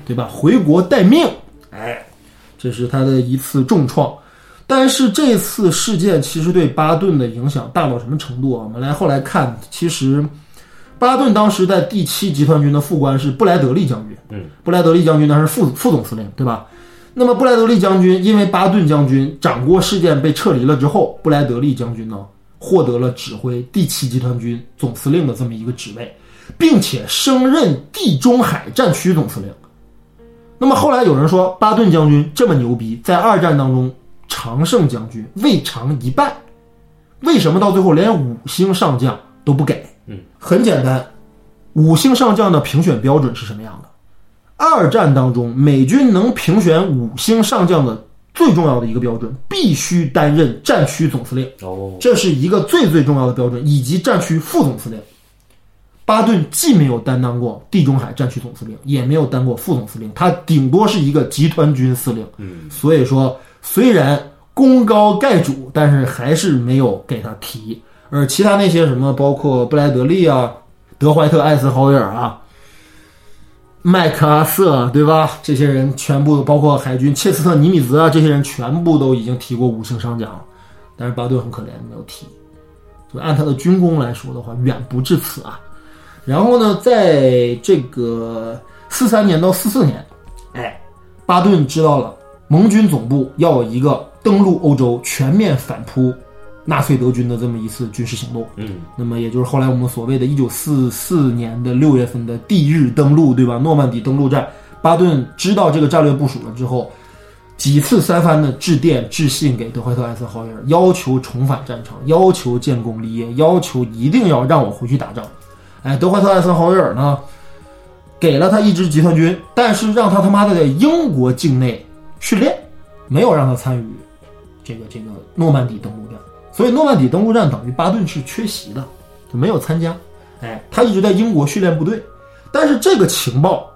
对吧？回国待命，哎，这是他的一次重创。但是这次事件其实对巴顿的影响大到什么程度啊？我们来后来看，其实巴顿当时在第七集团军的副官是布莱德利将军，
嗯，
布莱德利将军当时副副总司令，对吧？那么布莱德利将军因为巴顿将军掌掴事件被撤离了之后，布莱德利将军呢获得了指挥第七集团军总司令的这么一个职位，并且升任地中海战区总司令。那么后来有人说，巴顿将军这么牛逼，在二战当中常胜将军，未尝一败，为什么到最后连五星上将都不给？
嗯，
很简单，五星上将的评选标准是什么样的？二战当中，美军能评选五星上将的最重要的一个标准，必须担任战区总司令。
哦，
这是一个最最重要的标准，以及战区副总司令。巴顿既没有担当过地中海战区总司令，也没有当过副总司令，他顶多是一个集团军司令。
嗯，
所以说虽然功高盖主，但是还是没有给他提。而其他那些什么，包括布莱德利啊、德怀特、艾森豪威尔啊、麦克阿瑟啊，对吧？这些人全部，包括海军切斯特尼米兹啊，这些人全部都已经提过五星上将了。但是巴顿很可怜，没有提。就按他的军功来说的话，远不至此啊。然后呢，在这个四三年到四四年，哎，巴顿知道了盟军总部要有一个登陆欧洲、全面反扑纳粹德军的这么一次军事行动。
嗯，
那么也就是后来我们所谓的1944年的6月份的地日登陆，对吧？诺曼底登陆战，巴顿知道这个战略部署了之后，几次三番的致电致信给德怀特·艾森豪威尔，要求重返战场，要求建功立业，要求一定要让我回去打仗。哎，德怀特·艾森豪威尔呢，给了他一支集团军，但是让他他妈的在英国境内训练，没有让他参与这个这个诺曼底登陆战。所以诺曼底登陆战等于巴顿是缺席的，就没有参加。哎，他一直在英国训练部队，但是这个情报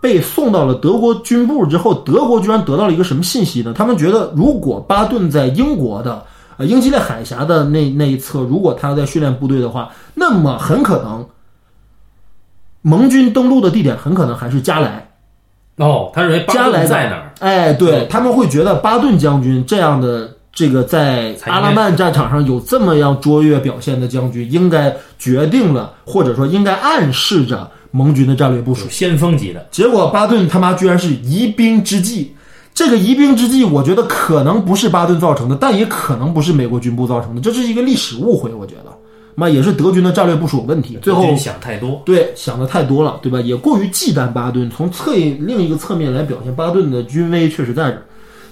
被送到了德国军部之后，德国居然得到了一个什么信息呢？他们觉得如果巴顿在英国的呃英吉利海峡的那那一侧，如果他在训练部队的话，那么很可能盟军登陆的地点很可能还是加莱。
哦，他认为巴
加
顿
莱
在哪儿？？
哎，对他们会觉得巴顿将军这样的这个在
才应该
阿拉曼战场上有这么样卓越表现的将军，应该决定了，或者说应该暗示着盟军的战略部署
有。先锋级的，
结果巴顿他妈居然是疑兵之计。这个疑兵之计，我觉得可能不是巴顿造成的，但也可能不是美国军部造成的，这是一个历史误会，我觉得，妈也是德军的战略部署有问题。最后
军想太多，
哦对，想的太多了，对吧？也过于忌惮巴顿，从侧翼另一个侧面来表现巴顿的军威确实在这儿。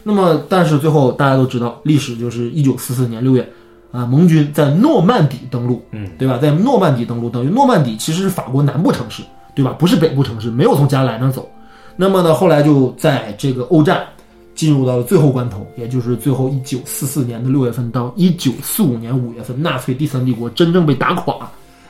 那么，但是最后大家都知道，历史就是一九四四年六月，啊，盟军在诺曼底登陆，
嗯，
对吧？在诺曼底登陆，等于诺曼底其实是法国南部城市，对吧？不是北部城市，没有从加莱那儿走。那么呢，后来就在这个欧战进入到了最后关头，也就是最后一九四四年的六月份到一九四五年五月份，纳粹第三帝国真正被打垮。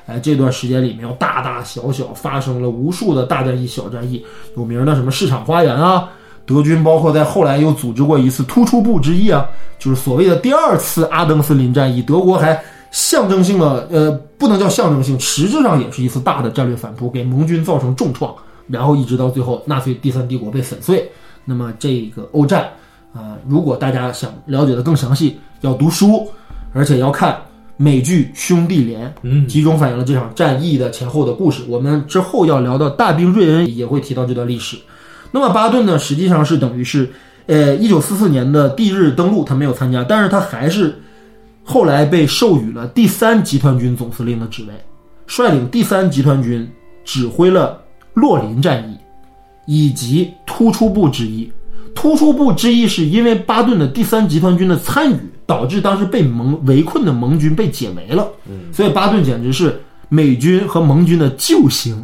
哎，这段时间里面，大大小小发生了无数的大战役、小战役，有名的什么市场花园啊，德军包括在后来又组织过一次突出部之役啊，就是所谓的第二次阿登森林战役，德国还象征性的，呃，不能叫象征性，实质上也是一次大的战略反扑，给盟军造成重创，然后一直到最后纳粹第三帝国被粉碎。那么这个欧战啊、如果大家想了解的更详细，要读书，而且要看美剧《兄弟连》，
嗯，
集中反映了这场战役的前后的故事。我们之后要聊到大兵瑞恩，也会提到这段历史。那么巴顿呢，实际上是等于是，呃，一九四四年的地日登陆他没有参加，但是他还是后来被授予了第三集团军总司令的职位，率领第三集团军指挥了洛林战役以及突出部之一。突出部之一是因为巴顿的第三集团军的参与，导致当时被盟围困的盟军被解围了。所以巴顿简直是美军和盟军的救星，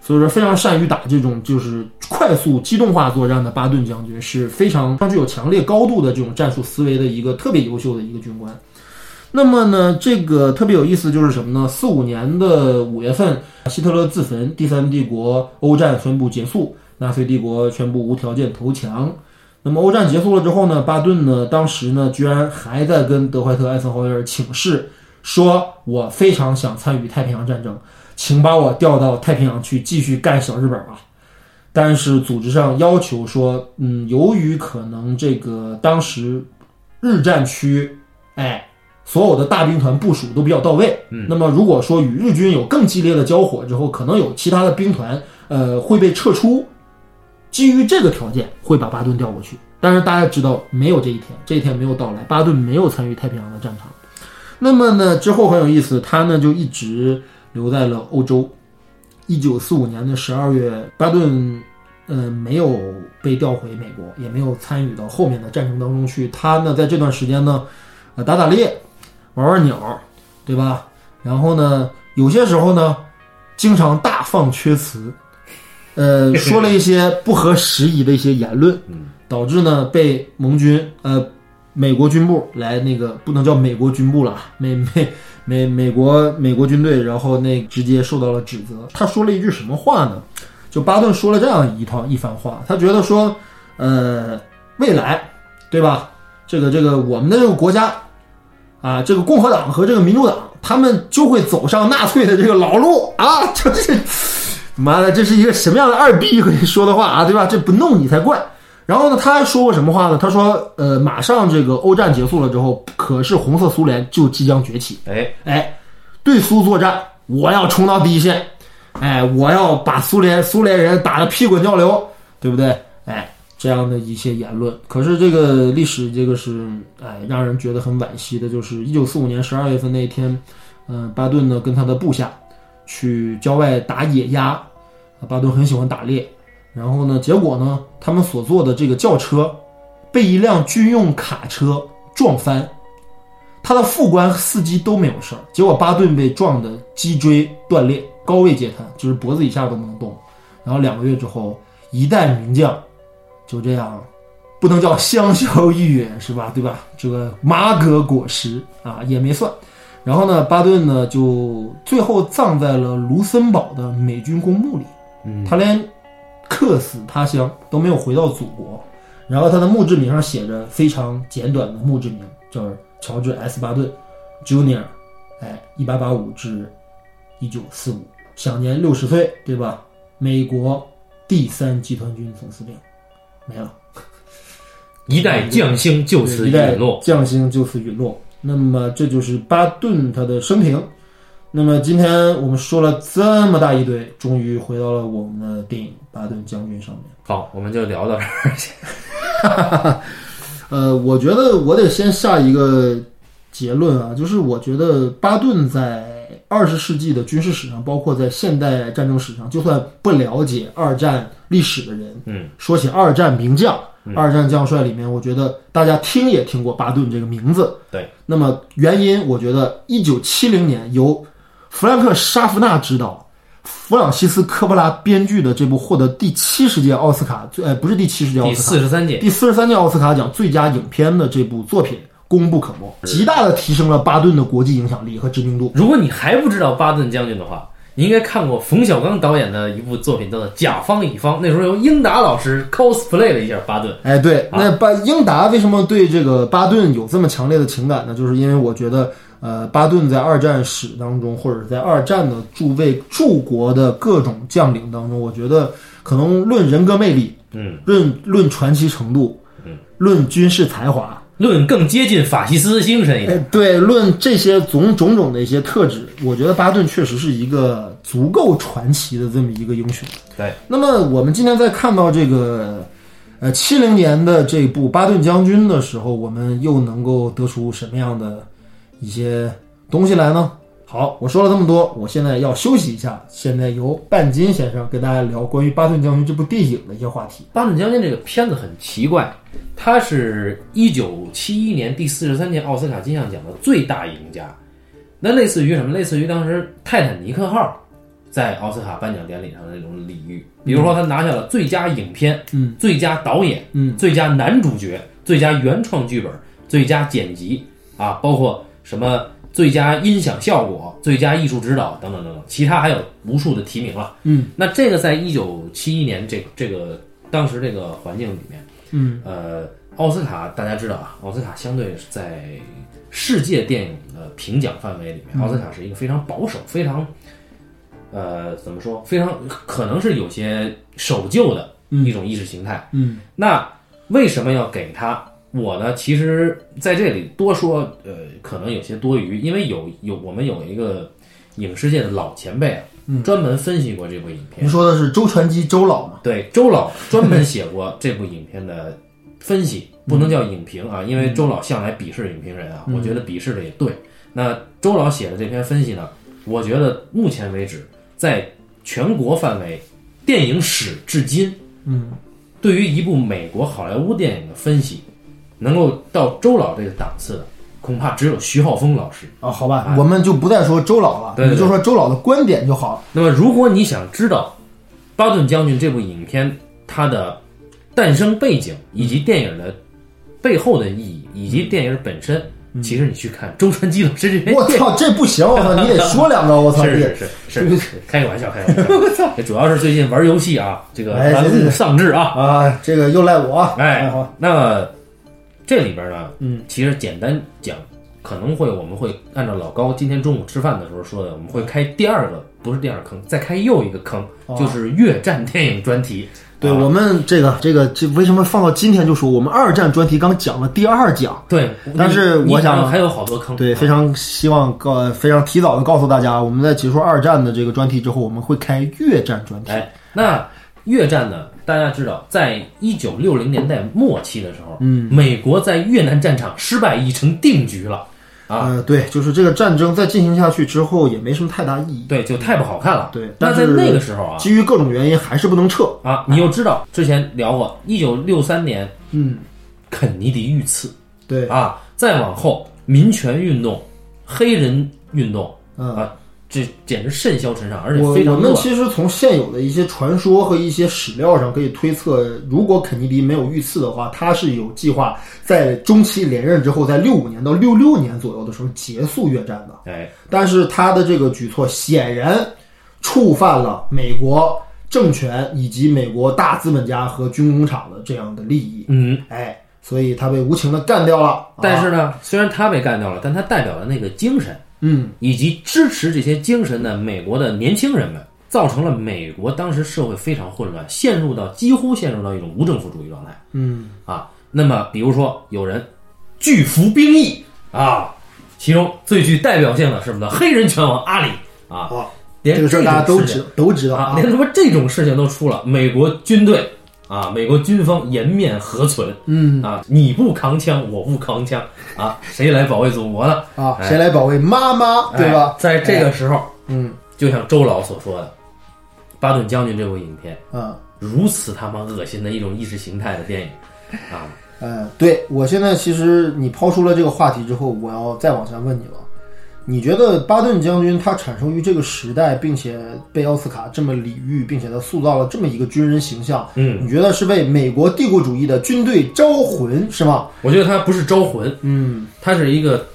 所以说非常善于打这种就是快速机动化作战的巴顿将军是非常具有强烈高度的这种战术思维的一个特别优秀的一个军官。那么呢，这个特别有意思就是什么呢？四五年的五月份，希特勒自焚，第三帝国欧战宣布结束，纳粹帝国宣布无条件投降。那么欧战结束了之后呢，巴顿呢，当时呢，居然还在跟德怀特·艾森豪威尔请示，说我非常想参与太平洋战争，请把我调到太平洋去继续干小日本吧。但是组织上要求说，嗯，由于可能这个当时日战区，哎，所有的大兵团部署都比较到位，嗯，那么如果说与日军有更激烈的交火之后，可能有其他的兵团，呃，会被撤出。基于这个条件，会把巴顿调过去。但是大家知道，没有这一天，这一天没有到来，巴顿没有参与太平洋的战场。那么呢，之后很有意思，他呢就一直留在了欧洲。一九四五年的十二月，巴顿呃没有被调回美国，也没有参与到后面的战争当中去。他呢在这段时间呢，呃打打猎，玩玩鸟，对吧？然后呢，有些时候呢，经常大放厥词，呃，说了一些不合时宜的一些言论，导致呢被盟军呃美国军部来那个不能叫美国军部了，美美美美国美国军队，然后那直接受到了指责。他说了一句什么话呢？就巴顿说了这样一套一番话，他觉得说，呃，未来，对吧？这个这个我们的这个国家啊，这个共和党和这个民主党，他们就会走上纳粹的这个老路啊！ 这是，妈的，这是一个什么样的二逼可以说的话啊，对吧？这不弄你才怪。然后呢，他还说过什么话呢？他说，呃，马上这个欧战结束了之后，可是红色苏联就即将崛起，
哎，
哎，对苏作战，我要冲到第一线，哎，我要把苏联苏联人打得屁滚尿流，对不对？哎，这样的一些言论。可是这个历史，这个是哎，让人觉得很惋惜的，就是一九四五年十二月份那一天，嗯、巴顿呢跟他的部下去郊外打野鸭，啊巴顿很喜欢打猎，然后呢，结果呢，他们所坐的这个轿车被一辆军用卡车撞翻。他的副官、司机都没有事儿，结果巴顿被撞得脊椎断裂、高位截瘫，就是脖子以下都不能动。然后两个月之后，一代名将就这样，不能叫香消玉殒是吧？对吧？这个麻革果实啊也没算。然后呢，巴顿呢就最后葬在了卢森堡的美军公墓里，
嗯，
他连客死他乡都没有回到祖国。然后他的墓志铭上写着非常简短的墓志铭，叫乔治 ·S· 巴顿 Junior，哎，一八八五至一九四五，享年六十岁，对吧？美国第三集团军总司令没了，
一代将星就此
一代
陨落。
将星就此陨落。那么这就是巴顿他的生平。那么今天我们说了这么大一堆，终于回到了我们的电影《巴顿将军》上面。
好，我们就聊到这儿。
呃，我觉得我得先下一个结论啊，就是我觉得巴顿在二十世纪的军事史上，包括在现代战争史上，就算不了解二战历史的人，
嗯，
说起二战名将、二战将帅里面，我觉得大家听也听过巴顿这个名字。
对，
那么原因，我觉得一九七零年由弗兰克·沙夫纳执导。弗朗西斯·科波拉编剧的这部获得第七十届奥斯卡最，呃，不是第七十届奥
第
斯卡，
四十三届，
第四十三届奥斯卡奖最佳影片的这部作品功不可没，极大的提升了巴顿的国际影响力和知名度。
如果你还不知道巴顿将军的话，你应该看过冯小刚导演的一部作品，叫做《甲方乙方》，那时候由英达老师 cosplay 了一下巴顿。
哎，对，那巴英达为什么对这个巴顿有这么强烈的情感呢？就是因为我觉得，呃，巴顿在二战史当中，或者在二战的诸位诸国的各种将领当中，我觉得可能论人格魅力，
嗯，
论论传奇程度，嗯，论军事才华，
论更接近法西斯精神一点。
哎，对，论这些种种种的一些特质，我觉得巴顿确实是一个足够传奇的这么一个英雄。
对，
那么我们今天在看到这个，呃，七零年的这部《巴顿将军》的时候，我们又能够得出什么样的一些东西来呢？好，我说了这么多，我现在要休息一下。现在由半斤先生跟大家聊关于《巴顿将军》这部电影的一些话题。
巴顿将军这个片子很奇怪，它是一九七一年第四十三届奥斯卡金像奖的最大赢家。那类似于什么？类似于当时《泰坦尼克号》在奥斯卡颁奖典礼上的那种礼遇，比如说他拿下了最佳影片、
嗯、
最佳导演、
嗯、
最佳男主角、最佳原创剧本、最佳剪辑啊，包括什么最佳音响效果、最佳艺术指导等等等等，其他还有无数的提名了。
嗯，
那这个在一九七一年这这个当时这个环境里面，
嗯，
呃，奥斯卡大家知道啊，奥斯卡相对是在世界电影的评奖范围里面，奥斯卡是一个非常保守、非常呃怎么说，非常可能是有些守旧的一种意识形态。
嗯
那为什么要给他？我呢，其实在这里多说，呃，可能有些多余，因为有有我们有一个影视界的老前辈啊，专门分析过这部影片。
您说的是周传基周老吗？
对，周老专门写过这部影片的分析，不能叫影评啊，因为周老向来鄙视影评人啊，我觉得鄙视的也对。那周老写的这篇分析呢，我觉得目前为止，在全国范围电影史至今，
嗯，
对于一部美国好莱坞电影的分析，能够到周老这个档次的，恐怕只有徐浩峰老师。
啊，好吧，我们就不再说周老了，
对对
你就说周老的观点就好了。
那么，如果你想知道《巴顿将军》这部影片它的诞生背景，以及电影的背后的意义，以及电影本身，其实你去看周传基老师这篇
嗯我
电 影。
操，这不行！我操，你得说两个！我操，
哎是
你
是
得
是 是是，开个玩笑，开个玩笑。这主要是最近玩游戏啊，这个
哎
玩
对对
物
对
丧志啊。
啊，这个又赖我啊！
哎
好，，
那么这里边呢，
嗯，
其实简单讲，可能会我们会按照老高今天中午吃饭的时候说的，我们会开第二个，不是第二个坑，再开又一个坑，就是越战电影专题。
哦对
啊
我们这个这个这为什么放到今天就说？我们二战专题刚讲了第二讲，
对，
但是
你
我想
你还有好多坑。
对，非常希望告非常提早的告诉大家，我们在结束二战的这个专题之后，我们会开越战专题。
哎，那越战呢？大家知道，在一九六零年代末期的时候，嗯，美国在越南战场失败已成定局了。啊
呃，对，就是这个战争再进行下去之后也没什么太大意义。
对，就太不好看了。
对
那
但
在
是
那个时候啊，
基于各种原因，还是不能撤。
啊，你又知道之前聊过，一九六三年，
嗯，
肯尼迪遇刺
对，
啊，再往后民权运动、黑人运动
嗯，
啊，这简直甚嚣尘上，而且
我
非
我
常
们
乱。
其实从现有的一些传说和一些史料上可以推测，如果肯尼迪没有遇刺的话，他是有计划在中期连任之后，在六五年到六六年左右的时候结束越战的。
哎，
但是他的这个举措显然触犯了美国政权以及美国大资本家和军工厂的这样的利益，
嗯，
哎，所以他被无情的干掉了。
但
啊
是呢，虽然他被干掉了，但他代表了那个精神，
嗯，
以及支持这些精神的美国的年轻人们，造成了美国当时社会非常混乱，陷入到几乎陷入到一种无政府主义状态。
嗯，
啊，那么比如说有人拒服兵役啊，其中最具代表性的是我们的黑人拳王阿里啊，
好，
连
这个事儿
种
大家都
事情
知都知道
啊，连他妈这种事情都出了，美国军队啊，美国军方颜面何存？
嗯
啊，你不扛枪，我不扛枪啊，谁来保卫祖国呢？
啊，
哎
谁来保卫妈妈， 对吧
哎？在这个时候，
嗯
就像周老所说的，《巴顿将军》这部影片
啊。
如此他妈恶心的一种意识形态的电影啊，
嗯，对我现在其实你抛出了这个话题之后，我要再往下问你了。你觉得巴顿将军他产生于这个时代，并且被奥斯卡这么礼遇，并且他塑造了这么一个军人形象，
嗯，
你觉得是被美国帝国主义的军队招魂是吗？
我觉得他不是招魂，
嗯
他是一个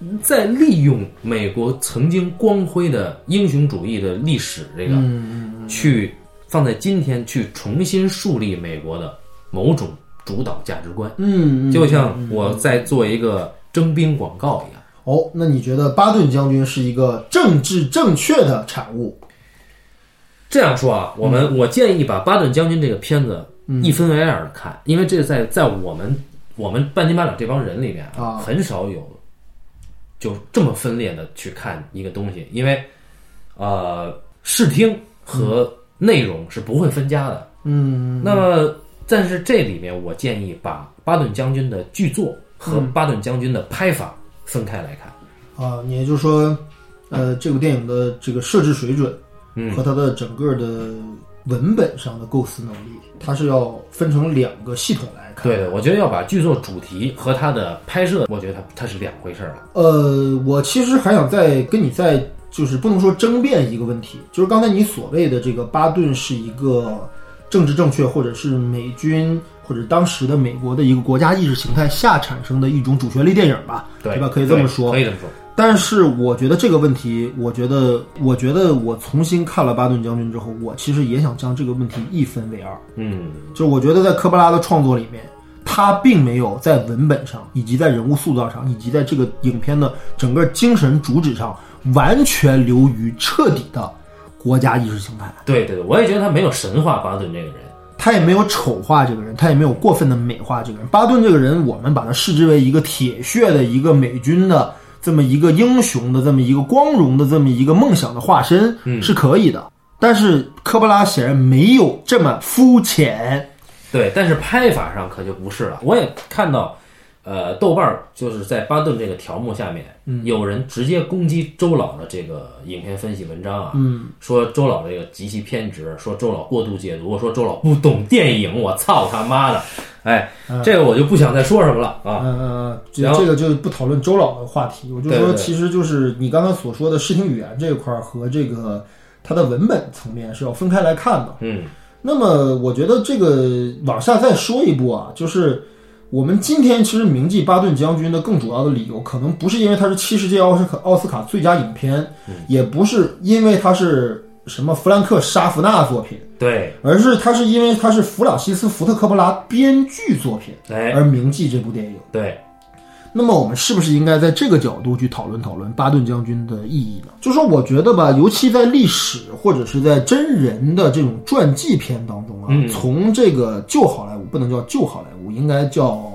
嗯在利用美国曾经光辉的英雄主义的历史这个
嗯
去放在今天去重新树立美国的某种主导价值观，
嗯，
就像我在做一个征兵广告一样。
哦，那你觉得巴顿将军是一个政治正确的产物？
这样说啊，我
嗯
们我建议把《巴顿将军》这个片子一分为二的看，因为这在在我们我们半斤八两这帮人里面
啊
很少有就这么分裂的去看一个东西，因为呃，视听和内容是不会分家的。
嗯
那么，但是这里面我建议把巴顿将军的剧作和
嗯
巴顿将军的拍法分开来看。
啊，你也就是说，呃，这部电影的这个设置水准
嗯
和它的整个的文本上的构思能力，它是要分成两个系统来看。
对的，我觉得要把剧作主题和他的拍摄，我觉得它它是两回事儿了。
呃，我其实还想再跟你再就是不能说争辩一个问题，就是刚才你所谓的这个巴顿是一个政治正确，或者是美军或者当时的美国的一个国家意识形态下产生的一种主旋律电影吧，
对
吧？可以这么说
可。以这么说。
但是我觉得这个问题，我觉得，我觉得我重新看了巴顿将军之后，我其实也想将这个问题一分为二。
嗯，
就是我觉得在科波拉的创作里面，他并没有在文本上，以及在人物塑造上，以及在这个影片的整个精神主旨上，完全流于彻底的国家意识形态。
对对对，我也觉得他没有神话巴顿这个人。
他也没有丑化这个人，他也没有过分的美化这个人。巴顿这个人，我们把他视之为一个铁血的一个美军的这么一个英雄的这么一个光荣的这么一个梦想的化身，是可以的。但是科波拉显然没有这么肤浅。
对，但是拍法上可就不是了。我也看到，呃，豆瓣儿就是在巴顿这个条目下面，
嗯
有人直接攻击周老的这个影片分析文章啊，嗯，说周老这个极其偏执，说周老过度解读，说周老不懂电影，我操他妈的！哎，这个我就不想再说什么了啊。
嗯，这
然后
这个就不讨论周老的话题，我就
对
说，
对对
其实就是你刚才所说的视听语言这一块儿和这个它的文本层面是要分开来看的。
嗯，
那么我觉得这个往下再说一步啊，就是我们今天其实铭记巴顿将军的更主要的理由，可能不是因为他是七十届奥斯卡奥斯卡最佳影片，也不是因为他是什么弗兰克沙弗纳作品，
对，
而是他是因为他是弗朗西斯福特科波拉编剧作品
哎，
而铭记这部电影。
对，
那么我们是不是应该在这个角度去讨论讨论巴顿将军的意义呢？就说我觉得吧，尤其在历史或者是在真人的这种传记片当中啊，
嗯
从这个旧好莱坞不能叫旧好莱坞，应该叫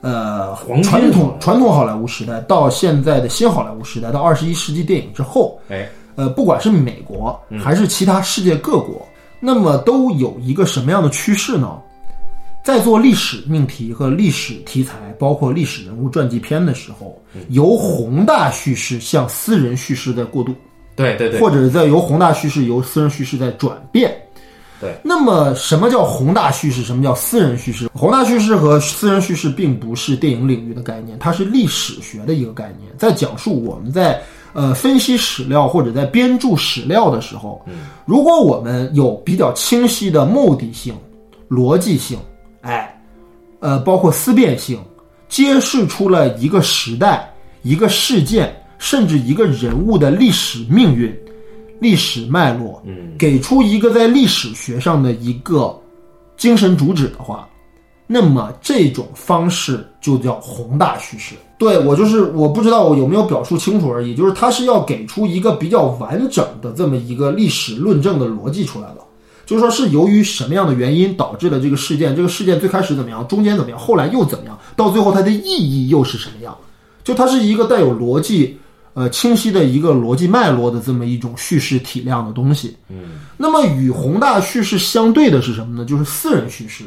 呃
黄金
传
好莱
统
坞
传统好莱坞时代到现在的新好莱坞时代，到二十一世纪电影之后，
哎，
呃，不管是美国还是其他世界各国，那么都有一个什么样的趋势呢？在做历史命题和历史题材，包括历史人物传记片的时候，由宏大叙事向私人叙事在过渡，
对对对，
或者是在由宏大叙事由私人叙事在转变。
对，
那么什么叫宏大叙事？什么叫私人叙事？宏大叙事和私人叙事并不是电影领域的概念，它是历史学的一个概念，在讲述我们在呃分析史料或者在编著史料的时候，如果我们有比较清晰的目的性、逻辑性，哎，呃，包括思辨性，揭示出了一个时代、一个事件，甚至一个人物的历史命运、历史脉络，
嗯，
给出一个在历史学上的一个精神主旨的话，那么这种方式就叫宏大叙事。对我就是我不知道我有没有表述清楚而已，就是它是要给出一个比较完整的这么一个历史论证的逻辑出来了，就是说是由于什么样的原因导致了这个事件，这个事件最开始怎么样，中间怎么样，后来又怎么样，到最后它的意义又是什么样，就它是一个带有逻辑。呃，清晰的一个逻辑脉络的这么一种叙事体量的东西。嗯，那么与宏大叙事相对的是什么呢？就是私人叙事。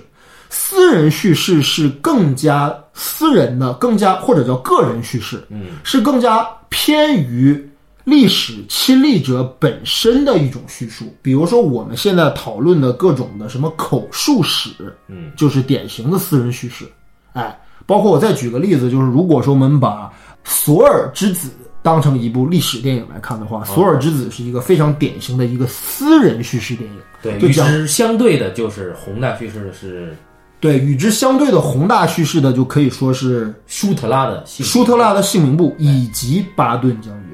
私人叙事是更加私人的，更加或者叫个人叙事，嗯，是更加偏于历史亲历者本身的一种叙述。比如说我们现在讨论的各种的什么口述史，
嗯，
就是典型的私人叙事。哎，包括我再举个例子，就是如果说我们把索尔之子当成一部历史电影来看的话，
哦
索尔之子》是一个非常典型的一个私人叙事电影。
对，
就
与
讲
之相对的就是宏大叙事的是
对，与之相对的宏大叙事的，就可以说是
舒特拉的性格
舒特拉的姓名簿以及巴顿将军。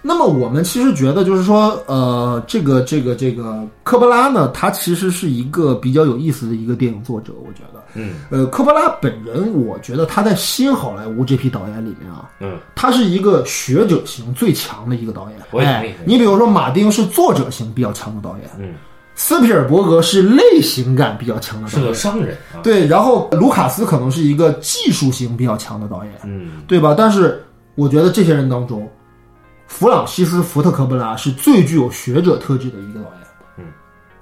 那么我们其实觉得，就是说，呃，这个这个这个科波拉呢，他其实是一个比较有意思的一个电影作者，我觉得，
嗯，
呃，科波拉本人，我觉得他在新好莱坞这批导演里面啊，
嗯，
他是一个学者型最强的一个导演。
我也同意
哎，你比如说马丁是作者型比较强的导演，
嗯，
斯皮尔伯格是类型感比较强的导
是
演，
个商人啊，
对，然后卢卡斯可能是一个技术型比较强的导演，
嗯，
对吧？但是我觉得这些人当中，弗朗西斯·福特科布拉是最具有学者特质的一个导演，
嗯，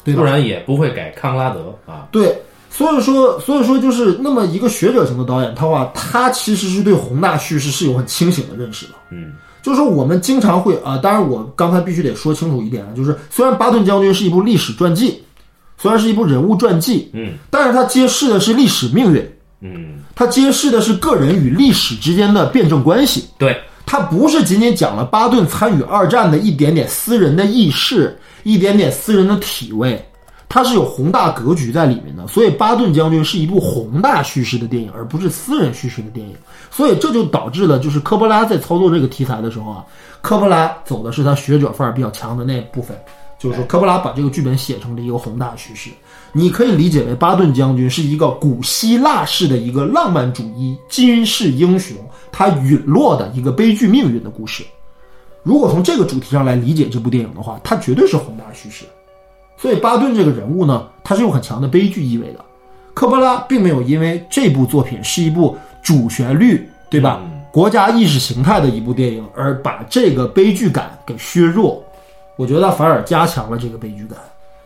对吧
不？然也不会改康拉德啊，
对，所以说，所以说就是那么一个学者型的导演，他话他其实是对宏大叙事是有很清醒的认识的。
嗯，
就是说我们经常会啊、当然我刚才必须得说清楚一点啊，就是虽然《巴顿将军》是一部历史传记，虽然是一部人物传记，
嗯
但是它揭示的是历史命运，
嗯，
它揭示的是个人与历史之间的辩证关系。
对，
它不是仅仅讲了巴顿参与二战的一点点私人的意识，一点点私人的体味，它是有宏大格局在里面的。所以，巴顿将军是一部宏大叙事的电影，而不是私人叙事的电影。所以，这就导致了，就是科波拉在操作这个题材的时候啊，科波拉走的是他学者范儿比较强的那部分，就是说科波拉把这个剧本写成了一个宏大叙事。你可以理解为巴顿将军是一个古希腊式的一个浪漫主义军事英雄，他陨落的一个悲剧命运的故事。如果从这个主题上来理解这部电影的话，它绝对是宏大叙事。所以巴顿这个人物呢，他是有很强的悲剧意味的。科波拉并没有因为这部作品是一部主旋律，对吧？国家意识形态的一部电影，而把这个悲剧感给削弱，我觉得他反而加强了这个悲剧感。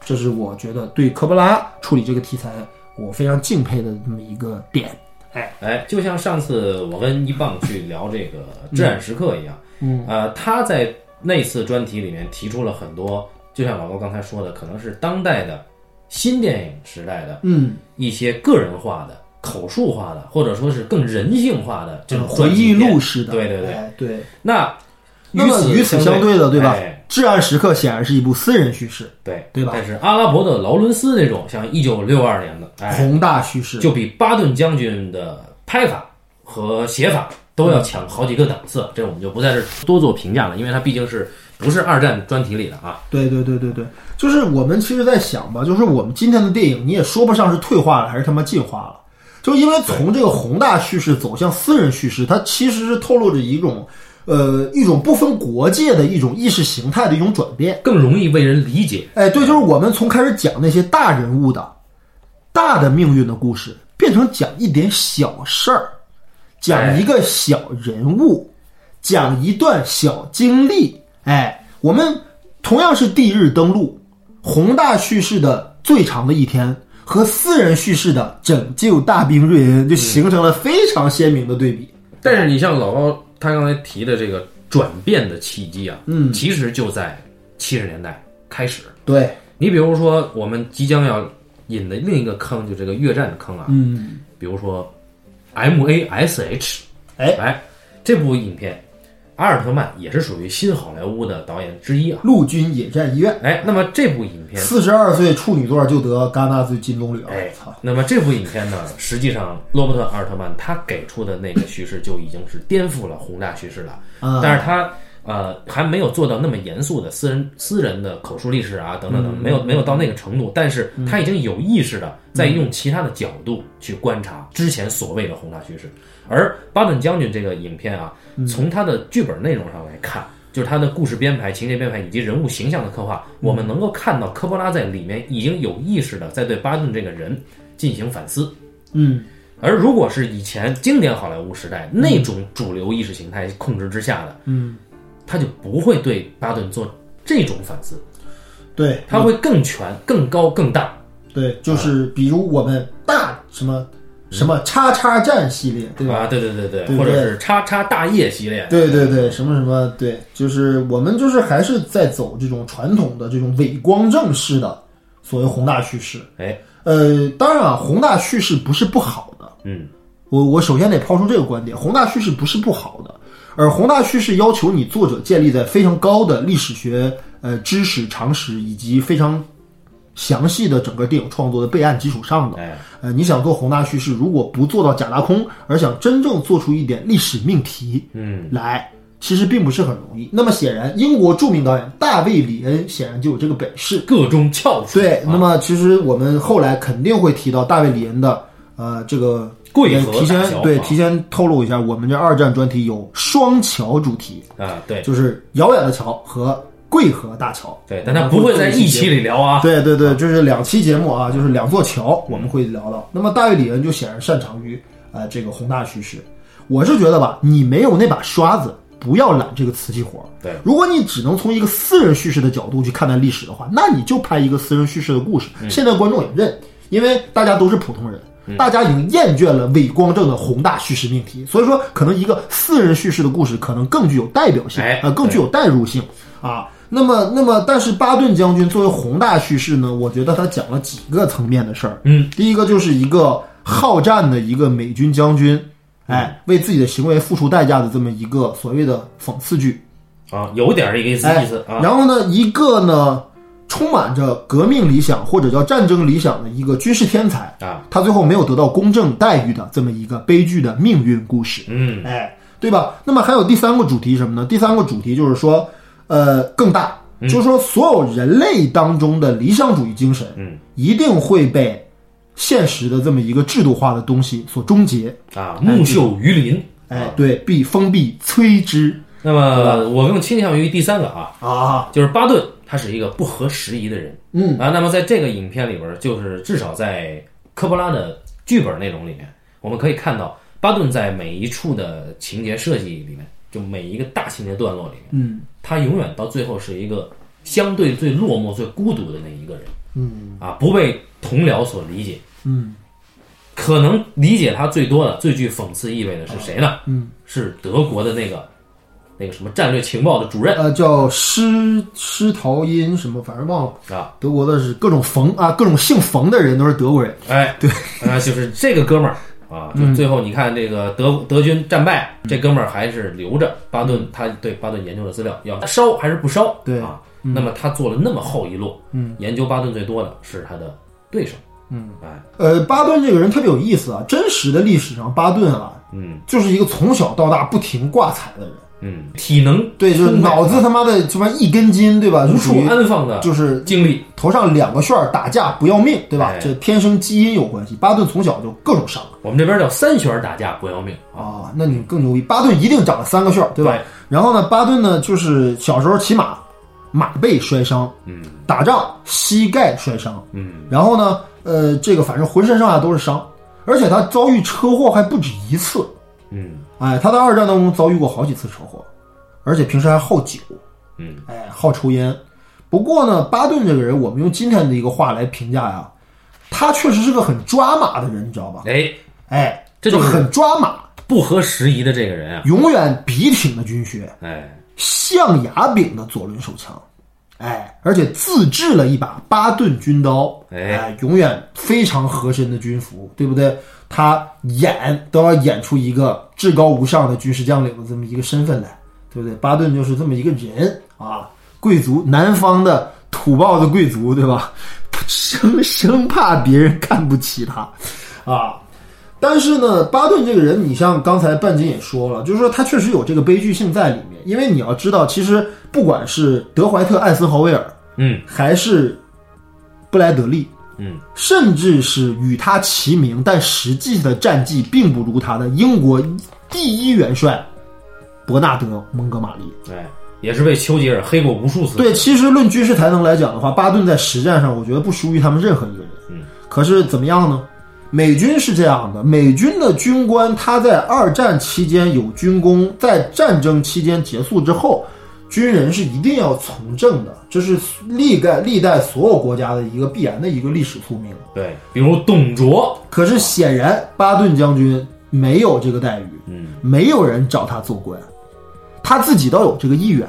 这是我觉得对科波拉处理这个题材我非常敬佩的这么一个点。哎，
哎，就像上次我跟一棒去聊这个《至暗时刻》一样，
嗯，
呃，他在那次专题里面提出了很多，就像老高刚才说的，可能是当代的新电影时代的
嗯，
一些个人化的、口述化的，或者说是更人性化的这种
嗯回
传
忆
记片
录式的，
对对对。
哎对。
那
那么与此相对
对
的，对吧？
哎
至暗时刻》显然是一部私人叙事，
对
对吧
但是阿拉伯的劳伦斯这种，像一九六二年的，哎，
宏大叙事。
就比巴顿将军的拍法和写法都要强好几个档次，这我们就不在这儿多做评价了，因为它毕竟是不是二战专题里的啊。
对对对对对，就是我们其实在想吧，就是我们今天的电影，你也说不上是退化了，还是他妈进化了。就因为从这个宏大叙事走向私人叙事，它其实是透露着一种，呃，一种不分国界的一种意识形态的一种转变。
更容易为人理解，
哎，对，就是我们从开始讲那些大人物的、大的命运的故事，变成讲一点小事儿，讲一个小人物，讲一段小经历。哎，我们同样是地日登陆，宏大叙事的最长的一天。和私人叙事的拯救大兵瑞恩就形成了非常鲜明的对比。
但是你像老高他刚才提的这个转变的契机啊，嗯，其实就在七十年代开始。
对，
你比如说，我们即将要引的另一个坑，就这个越战的坑啊，
嗯，
比如说 M A S H，
哎
哎，这部影片，阿尔特曼也是属于新好莱坞的导演之一啊。
陆军野战医院，
哎，那么这部影片，
四十二岁处女座就得戛纳最金棕榈。我
哎
操！，
那么这部影片呢， 实际上罗伯特阿尔特曼他给出的那个叙事就已经是颠覆了宏大叙事了，
啊
但是他呃，还没有做到那么严肃的私人私人的口述历史啊，等等等，没有没有到那个程度，但是他已经有意识
嗯
的在用其他的角度去观察之前所谓的宏大叙事。而《巴顿将军》这个影片啊，
嗯
从它的剧本内容上来看，就是它的故事编排、情节编排以及人物形象的刻画，我
嗯
们能够看到科波拉在里面已经有意识的在对巴顿这个人进行反思。
嗯，
而如果是以前经典好莱坞时代那种主流意识形态控制之下的，
嗯，
他就不会对巴顿做这种反思，
对，
他会更全、更高、更大。
对，就是比如我们大什么什么叉叉战系列，对吧？
啊，对对对对，
对
或者
对
是叉叉大业系列，
对对对，什么什么，对，就是我们就是还是在走这种传统的这种伪光正式的所谓宏大叙事。
哎，
呃，当然啊，宏大叙事不是不好的，
嗯，
我我首先得抛出这个观点，宏大叙事不是不好的，而宏大叙事要求你作者建立在非常高的历史学呃知识常识以及非常详细的整个电影创作的备案基础上的。
哎，
呃，你想做宏大叙事，如果不做到假大空，而想真正做出一点历史命题，
嗯，
来，其实并不是很容易。那么显然，英国著名导演大卫·里恩显然就有这个本事。
各种翘楚，
对，那么其实我们后来肯定会提到大卫·里恩的，呃，这个
贵
也
和
提前
大桥
对
啊
提前透露一下，我们这二战专题有双桥主题，
啊，对
就是遥远的桥和贵河大桥。啊
对，但他不会在一期里聊啊，
对对对，就是两期节目啊，就是两座桥，我们会聊到。那么大卫·里恩就显然擅长于呃这个宏大叙事。我是觉得吧，你没有那把刷子，不要揽这个瓷器活儿。
对
如果你只能从一个私人叙事的角度去看待历史的话，那你就拍一个私人叙事的故事，
嗯
现在观众也认，因为大家都是普通人。大家已经厌倦了伪光正的宏大叙事命题，所以说可能一个私人叙事的故事可能更具有代表性，
哎
呃，更具有代入性啊。那么，那么，但是巴顿将军作为宏大叙事呢，我觉得他讲了几个层面的事儿。
嗯，
第一个就是一个好战的一个美军将军，
嗯
哎，为自己的行为付出代价的这么一个所谓的讽刺剧。
啊，有点这个意思
哎
意思啊，
然后呢，一个呢充满着革命理想或者叫战争理想的一个军事天才，
啊，
他最后没有得到公正待遇的这么一个悲剧的命运故事，
嗯，
哎，对吧？那么还有第三个主题是什么呢？第三个主题就是说，呃，更大，
嗯
就是说所有人类当中的理想主义精神，
嗯，
一定会被现实的这么一个制度化的东西所终结。
啊，木秀于林。
嗯哎，对，必封闭摧之
那么我更倾向于第三个啊，
啊，
就是巴顿，他是一个不合时宜的人。
嗯
啊，那么在这个影片里边儿，就是至少在科波拉的剧本内容里面，我们可以看到巴顿在每一处的情节设计里面，就每一个大情节段落里面，
嗯，
他永远到最后是一个相对最落寞、最孤独的那一个人。嗯，啊，不被同僚所理解。
嗯，
可能理解他最多的、最具讽刺意味的是谁呢？
嗯，
是德国的那个那个什么战略情报的主任
呃，叫施施陶因什么，反正忘了。
啊。
德国的是各种冯啊，各种姓冯的人都是德国人。
哎，对，啊、就是这个哥们儿啊，
嗯
就最后你看这个德德军战败，这哥们儿还是留着巴顿，他对巴顿研究的资料，要烧还是不烧？
嗯对嗯
啊，那么他做了那么厚一摞，嗯，研究巴顿最多的是他的对手，嗯，哎，
呃，巴顿这个人特别有意思啊，真实的历史上，巴顿啊，
嗯
就是一个从小到大不停挂彩的人。
嗯，体能
对，就是脑子他妈的他妈一根筋，对吧？就
无
属
处
于
安放的
就是
精力，
头上两个旋儿打架不要命，对吧
哎？
这天生基因有关系。巴顿从小就各种伤
我们这边叫三旋打架不要命啊，
啊，那你更牛逼。巴顿一定长了三个旋儿，对吧？
对
然后呢，巴顿呢就是小时候骑马，马背摔伤，
嗯
打仗膝盖摔伤，
嗯，
然后呢，呃，这个反正浑身上下都是伤，而且他遭遇车祸还不止一次。
嗯
哎，他在二战当中遭遇过好几次车祸，而且平时还好酒，
嗯，
哎，好抽烟。不过呢，巴顿这个人，我们用今天的一个话来评价呀，他确实是个很抓马的人，你知道吧？
哎，
哎，
这就是
很抓马，
不合时宜的这个人啊，
永远笔挺的军靴，
哎，
象牙柄的左轮手枪，哎，而且自制了一把巴顿军刀，
哎
哎，永远非常合身的军服，对不对？他演都要演出一个至高无上的军事将领的这么一个身份来，对不对？巴顿就是这么一个人啊，贵族，南方的土豹子贵 族，对吧？生生怕别人看不起他，啊，但是呢，巴顿这个人，你像刚才半斤也说了，就是说他确实有这个悲剧性在里面，因为你要知道，其实不管是德怀特·艾森豪威尔
嗯
还是布莱德利，
嗯
甚至是与他齐名，但实际的战绩并不如他的英国第一元帅伯纳德·蒙哥马利。
哎，也是被丘吉尔黑过无数次。
对，其实论军事才能来讲的话，巴顿在实战上，我觉得不输于他们任何一个人。
嗯，
可是怎么样呢？美军是这样的，美军的军官他在二战期间有军功，在战争期间结束之后，军人是一定要从政的，这是历代历代所有国家的一个必然的一个历史宿命。
对，比如董卓，
可是显然，巴顿将军没有这个待遇，
嗯，
没有人找他做官，他自己倒有这个意愿。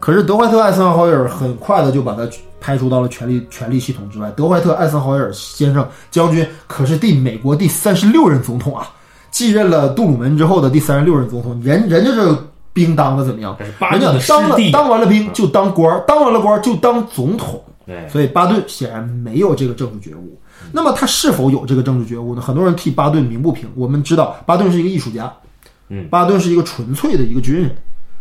可是德怀特·艾森豪威尔很快的就把他排除到了权力权力系统之外。德怀特·艾森豪威尔先生将军可是第美国第三十六任总统啊，继任了杜鲁门之后的第三十六任总统。人人家这个兵当的怎么样
这是？巴
人
顿
家
的
当
师
了
弟
当完了兵就当官儿，当完了官儿就当总统。
对，
所以巴顿显然没有这个政治觉悟。那么他是否有这个政治觉悟呢？很多人替巴顿鸣不平。我们知道，巴顿是一个艺术家，
嗯，
巴顿是一个纯粹的一个军人，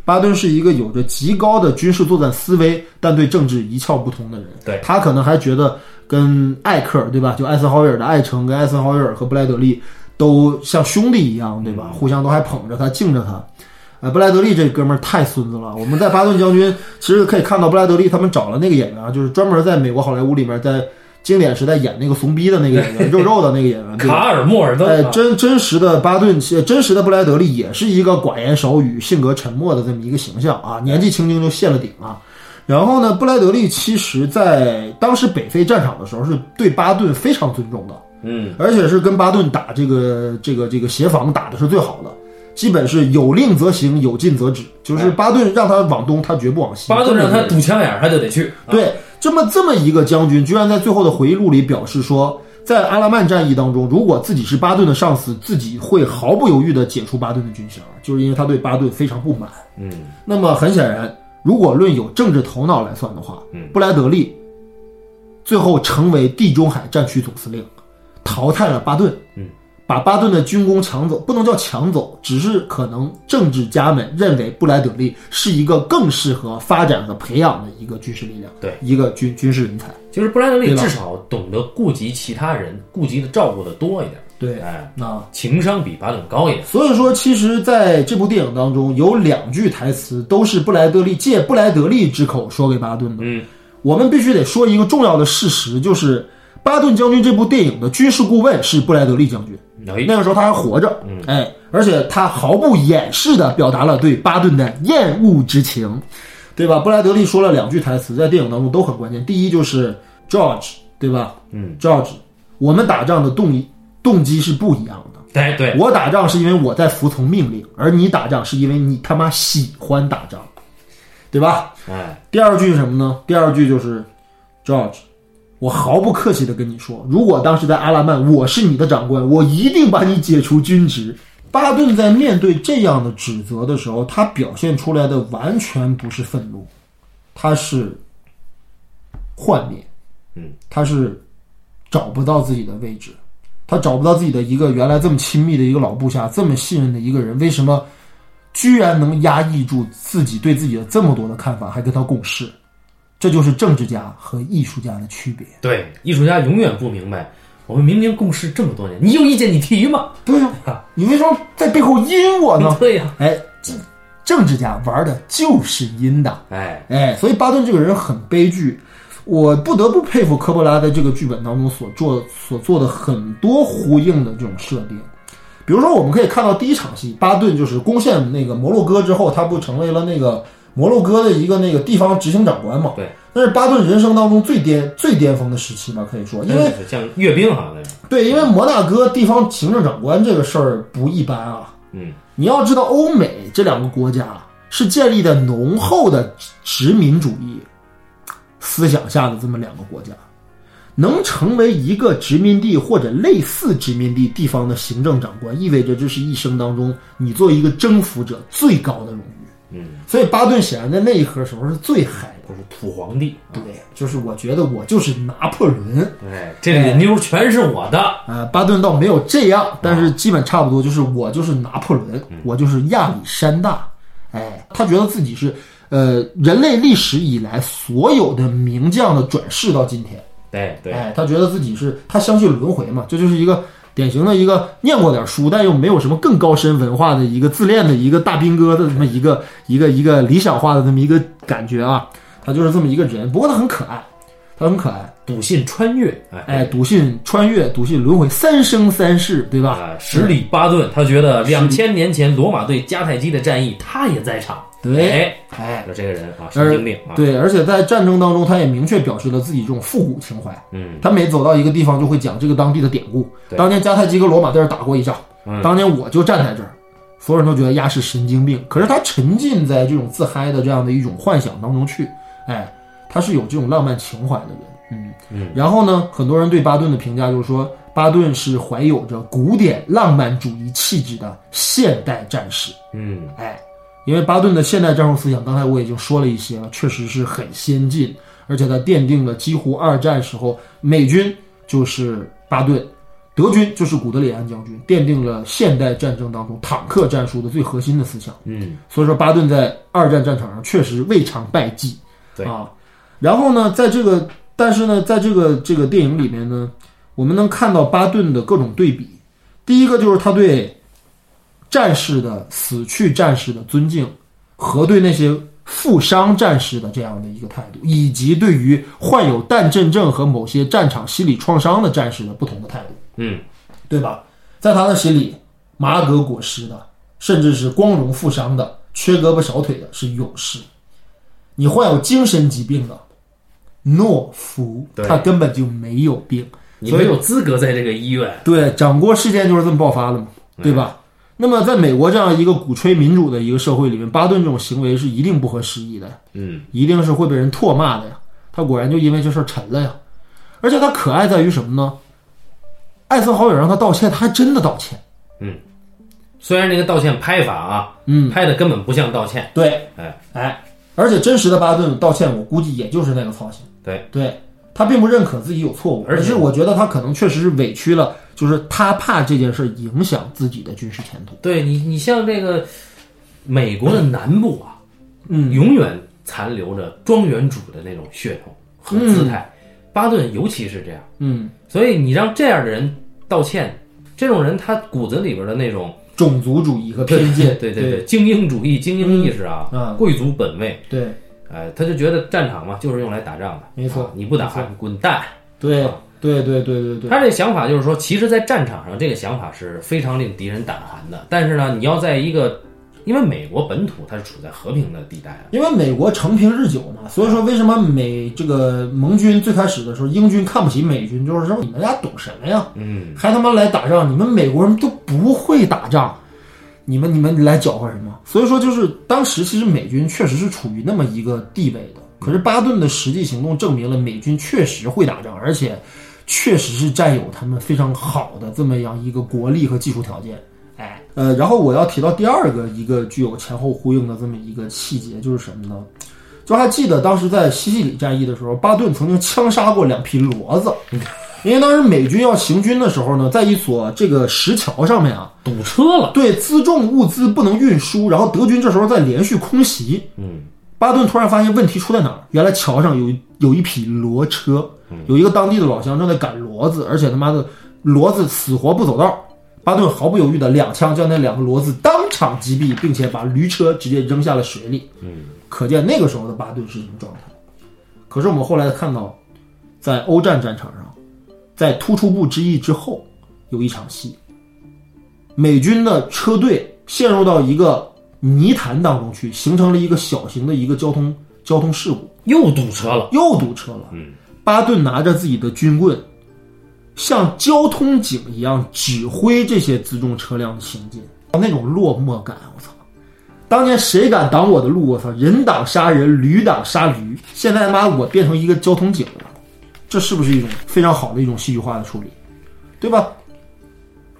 巴顿是一个有着极高的军事作战思维，但对政治一窍不通的人。
对
他可能还觉得跟艾克尔对吧，就艾森豪威尔的艾城，跟艾森豪威尔和布莱德利都像兄弟一样，对
嗯
吧？互相都还捧着他，敬着他。呃，布莱德利这哥们儿太孙子了。我们在巴顿将军其实可以看到，布莱德利他们找了那个演员啊，就是专门在美国好莱坞里面在经典时代演那个怂逼的那个 演员，肉肉的那个演员，对吧？
卡尔莫尔登
哎，
啊，
真真实的巴顿，呃真实的布莱德利也是一个寡言少语、性格沉默的这么一个形象啊，年纪轻轻就卸了顶啊。然后呢，布莱德利其实在当时北非战场的时候是对巴顿非常尊重的，
嗯，
而且是跟巴顿打这个这个这个协防打的是最好的，基本是有令则行，有禁则止，就是巴顿让他往东，他绝不往西。
巴顿让
根
他
本
堵枪眼儿，他就得去。啊，
对，这么这么一个将军，居然在最后的回忆录里表示说，在阿拉曼战役当中，如果自己是巴顿的上司，自己会毫不犹豫地解除巴顿的军衔，就是因为他对巴顿非常不满。
嗯，
那么很显然，如果论有政治头脑来算的话
嗯，
布莱德利最后成为地中海战区总司令，淘汰了巴顿，
嗯，
把巴顿的军功抢走，不能叫抢走，只是可能政治家们认为布莱德利是一个更适合发展和培养的一个军事力量，
对，
一个军军事人才，
就是布莱德利
对吧
至少懂得顾及其他人，顾及的照顾的多一点。
对，
哎，
那。
情商比巴顿高一点。
所以说，其实在这部电影当中，有两句台词都是布莱德利借布莱德利之口说给巴顿的。
嗯，
我们必须得说一个重要的事实，就是巴顿将军这部电影的军事顾问是布莱德利将军。
哎，
那个时候他还活着，
嗯
哎，而且他毫不掩饰地表达了对巴顿的厌恶之情，对吧？布莱德利说了两句台词，在电影当中都很关键。第一就是 George，对吧？
嗯
，George，我们打仗的动动机是不一样的。
对哎对，
我打仗是因为我在服从命令，而你打仗是因为你他妈喜欢打仗，对吧？
哎，
第二句是什么呢？第二句就是 George，我毫不客气的跟你说，如果当时在阿拉曼我是你的长官，我一定把你解除军职。巴顿在面对这样的指责的时候，他表现出来的完全不是愤怒，他是幻灭，
嗯，
他是找不到自己的位置，他找不到自己的一个原来这么亲密的一个老部下，这么信任的一个人，为什么居然能压抑住自己对自己的这么多的看法，还跟他共事？这就是政治家和艺术家的区别。
对，艺术家永远不明白，我们明明共事这么多年，你有意见你提嘛？？
对呀、你为什么在背后阴我呢
对呀，
哎，政政治家玩的就是阴的。
哎，
哎，所以巴顿这个人很悲剧，我不得不佩服科波拉在这个剧本当中所做所做的很多呼应的这种设定。比如说，我们可以看到第一场戏，巴顿就是攻陷那个摩洛哥之后，他不成为了那个摩洛哥的一个那个地方执行长官嘛？
对，
那是巴顿人生当中最巅最巅峰的时期吧，可以说，因为
真是像阅兵好像那样，
对，因为摩纳哥地方行政长官这个事儿不一般啊。
嗯，
你要知道，欧美这两个国家是建立在浓厚的殖民主义思想下的这么两个国家，能成为一个殖民地或者类似殖民地地方的行政长官，意味着这是一生当中你作为一个征服者最高的荣誉。
嗯，
所以巴顿显然在那一刻时候是最嗨的。
就是土皇帝，
对，就是我觉得我就是拿破仑。
哎，这里的妞全是我的，
呃，巴顿倒没有这样，但是基本差不多，就是我就是拿破仑，我就是亚历山大。哎，他觉得自己是呃人类历史以来所有的名将的转世到今天。
对对，
哎，他觉得自己是他相信轮回嘛，这就是一个典型的一个念过点书，但又没有什么更高深文化的一个自恋的一个大兵哥的这么一个一个一个理想化的这么一个感觉啊，他就是这么一个人。不过他很可爱，他很可爱，
笃信穿越，
哎，笃信穿越，笃信轮回，三生三世，对吧？
啊，十里巴顿，他觉得两千年前罗马对迦太基的战役，他也在场。
对
哎，
哎，
就这个人啊，神
而
经病啊，
对，而且在战争当中，他也明确表示了自己这种复古情怀。
嗯，
他每走到一个地方，就会讲这个当地的典故。
对
当年迦太基跟罗马在这儿打过一仗，
嗯
当年我就站在这儿，所有人都觉得鸭是神经病。可是他沉浸在这种自嗨的这样的一种幻想当中去，哎，他是有这种浪漫情怀的人。嗯
嗯。
然后呢，很多人对巴顿的评价就是说，巴顿是怀有着古典浪漫主义气质的现代战士。
嗯，
哎，因为巴顿的现代战术思想，刚才我已经说了一些了，确实是很先进，而且它奠定了几乎二战时候美军就是巴顿，德军就是古德里安将军，奠定了现代战争当中坦克战术的最核心的思想。
嗯，
所以说巴顿在二战战场上确实未尝败绩。
对
啊，然后呢，在这个但是呢，在这个这个电影里面呢，我们能看到巴顿的各种对比。第一个就是他对战士的死去战士的尊敬，和对那些负伤战士的这样的一个态度，以及对于患有弹震症和某些战场心理创伤的战士的不同的态度。
嗯，
对吧？在他的心里，麻革裹尸的，甚至是光荣负伤的，缺胳膊少腿的是勇士；你患有精神疾病的，懦夫，
对
他根本就没有病。
你
所
没
以，
有资格在这个医院。
对掌锅事件就是这么爆发的嘛，对吧？那么，在美国这样一个鼓吹民主的一个社会里面，巴顿这种行为是一定不合时宜的。
嗯，
一定是会被人唾骂的呀。他果然就因为这事儿沉了呀。而且他可爱在于什么呢？艾森豪友让他道歉，他还真的道歉。
虽然这个道歉拍法啊，
嗯，
拍的根本不像道歉。
对，
哎，
哎，而且真实的巴顿道歉，我估计也就是那个造型。
对，
对他并不认可自己有错误，
而且
是我觉得他可能确实是委屈了，就是他怕这件事儿影响自己的军事前途。
对你，你像这个美国的南部啊，
嗯，
永远残留着庄园主的那种血统和姿态。巴顿尤其是这样，
嗯，
所以你让这样的人道歉，这种人他骨子里边的那种
种族主义和呃偏见，
对
对
对，精英主义、精英意识啊，
嗯啊
贵族本位，
对
哎，他就觉得战场嘛就是用来打仗的，
没错
啊你不打
没错
你滚蛋。
对
啊
对对对对对，
他这想法就是说，其实，在战场上这个想法是非常令敌人胆寒的，但是呢，你要在一个，因为美国本土它是处在和平的地带啊，
因为美国承平日久嘛，所以说为什么美这个盟军最开始的时候，英军看不起美军，就是说你们俩懂什么呀？
嗯，
还他妈来打仗，你们美国人都不会打仗，你们你们来搅和什么？所以说就是当时其实美军确实是处于那么一个地位的，可是巴顿的实际行动证明了美军确实会打仗，而且确实是占有他们非常好的这么样一个国力和技术条件。哎，呃，然后我要提到第二个一个具有前后呼应的这么一个细节，就是什么呢？就还记得当时在西西里战役的时候，巴顿曾经枪杀过两匹骡子，因为当时美军要行军的时候呢，在一所这个石桥上面啊，
堵车了，
对辎重物资不能运输，然后德军这时候在连续空袭，
嗯，
巴顿突然发现问题出在哪儿，原来桥上有有一匹骡车，有一个当地的老乡正在赶骡子，而且他妈的骡子死活不走道。巴顿毫不犹豫的两枪将那两个骡子当场击毙，并且把驴车直接扔下了水里。
嗯，
可见那个时候的巴顿是什么状态。可是我们后来看到，在欧战战场上，在突出部之役之后，有一场戏，美军的车队陷入到一个泥潭当中去，形成了一个小型的一个交通交通事故，
又堵车了，
又堵车了。
嗯，
巴顿拿着自己的军棍，像交通警一样指挥这些辎重车辆的行进，那种落寞感，我操！当年谁敢挡我的路？我操！人挡杀人，驴挡杀驴。现在他妈我变成一个交通警了，这是不是一种非常好的一种戏剧化的处理，对吧？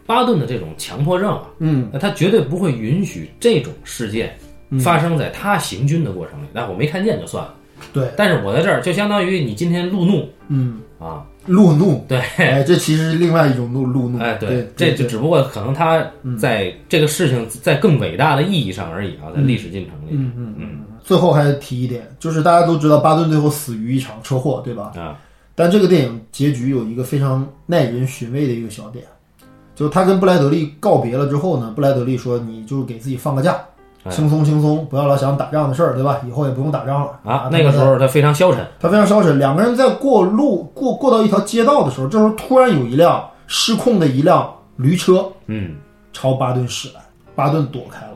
巴顿的这种强迫症啊，
嗯，
那他绝对不会允许这种事件发生在他行军的过程里，那我没看见就算了。
对，
但是我在这儿就相当于你今天路怒
嗯，
啊，
路怒，
对，
哎，这其实是另外一种路路怒，
哎，
对，
这就
对嗯
只不过可能他在这个事情在更伟大的意义上而已啊，在历史进程里，
嗯嗯嗯。最后还提一点，就是大家都知道巴顿最后死于一场车祸，对吧？
啊，
但这个电影结局有一个非常耐人寻味的一个小点，就是他跟布莱德利告别了之后呢，布莱德利说：“你就是给自己放个假，
哎
轻松轻松，不要老想打仗的事儿，对吧？以后也不用打仗了。”
啊，那个时候他非常消沉，
他非常消沉。两个人在过路过过到一条街道的时候，这时候突然有一辆失控的一辆驴车
嗯，
朝巴顿驶来，巴顿躲开了。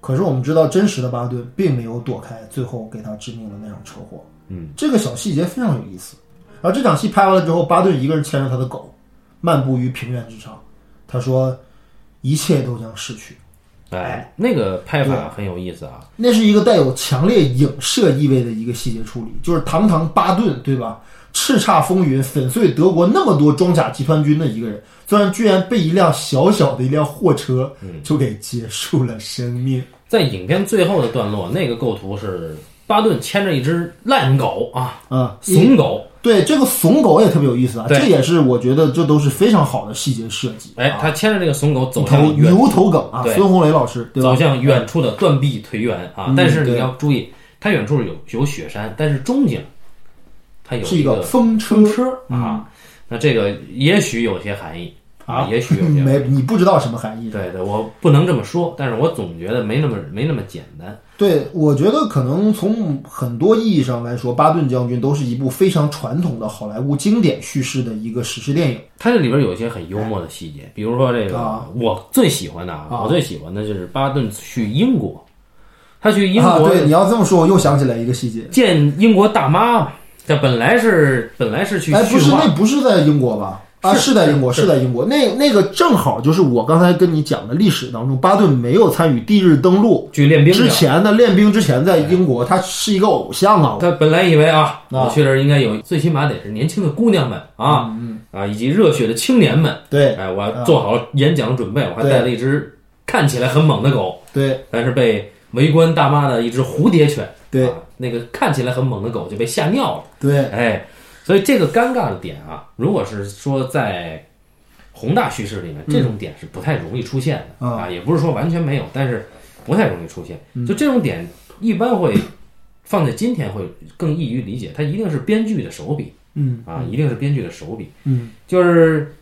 可是我们知道，真实的巴顿并没有躲开最后给他致命的那场车祸。
嗯，
这个小细节非常有意思。然后这场戏拍完了之后，巴顿一个人牵着他的狗，漫步于平原之上。他说：“一切都将逝去。”
哎，那个拍
嗯
法很有意思啊，
那是一个带有强烈影射意味的一个细节处理，就是堂堂巴顿，对吧？叱咤风云，粉碎德国那么多装甲集团军的一个人，虽然居然被一辆小小的一辆货车
嗯
就给结束了生命。
在影片最后的段落，那个构图是巴顿牵着一只烂狗啊，
啊、
怂狗，
对这个怂狗也特别有意思啊，
对
这也是我觉得这都是非常好的细节设计。
哎，他牵着这个怂狗走
啊头
向远，
牛头梗啊，
对
孙红雷老师，对吧嗯
走？向远处的断壁颓垣啊，但是你要注意，它远处有有雪山，但是中景它有
是一个
个
风车嗯
风车啊，那这个也许有些含义
啊，
也许有些
没你不知道什么含义。
对对，我不能这么说，但是我总觉得没那么没那么简单。
对，我觉得可能从很多意义上来说，《巴顿将军》都是一部非常传统的好莱坞经典叙事的一个史诗电影。
它这里边有一些很幽默的细节，比如说这个，
啊
我最喜欢的啊，
啊
我最喜欢的就是巴顿去英国，他去英
啊，
国、
对，你要这么说，我又想起来一个细节。
见英国大妈嘛，这本来是本来是去
哎，不
训
是，
话
那，不是在英国吧？啊，
是
是在英国，是在英国。那那个正好就是我刚才跟你讲的历史当中，巴顿没有参与地日登陆
去练兵去
之
了
前的练兵之前，在英国他是一个偶像啊。
他本来以为啊，
啊
我去这儿应该有最起码得是年轻的姑娘们啊、啊，以及热血的青年们。
嗯对啊
哎，我还做好了演讲准备，我还
对
带了一只看起来很猛的狗，
对
但是被围观大妈的一只蝴蝶犬，
对
啊那个看起来很猛的狗就被吓尿了。
对，
哎，所以这个尴尬的点啊，如果是说在宏大叙事里面，这种点是不太容易出现的、
嗯啊嗯
啊，也不是说完全没有，但是不太容易出现。就这种点，一般会放在今天会更易于理解，它一定是编剧的手笔
嗯
啊，一定是编剧的手笔。
嗯，
就是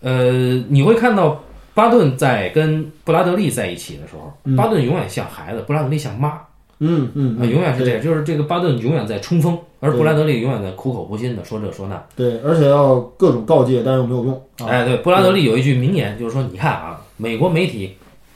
呃，你会看到巴顿在跟布拉德利在一起的时候，巴顿永远像孩子，布拉德利像妈。
嗯嗯
啊，，永远是这样，就是这个巴顿永远在冲锋，而
对
布拉德利永远在苦口婆心的说这说那。
对，而且要各种告诫，但是又没有用啊。
哎，对，布拉德利有一句名言，就是说，你看啊，美国媒体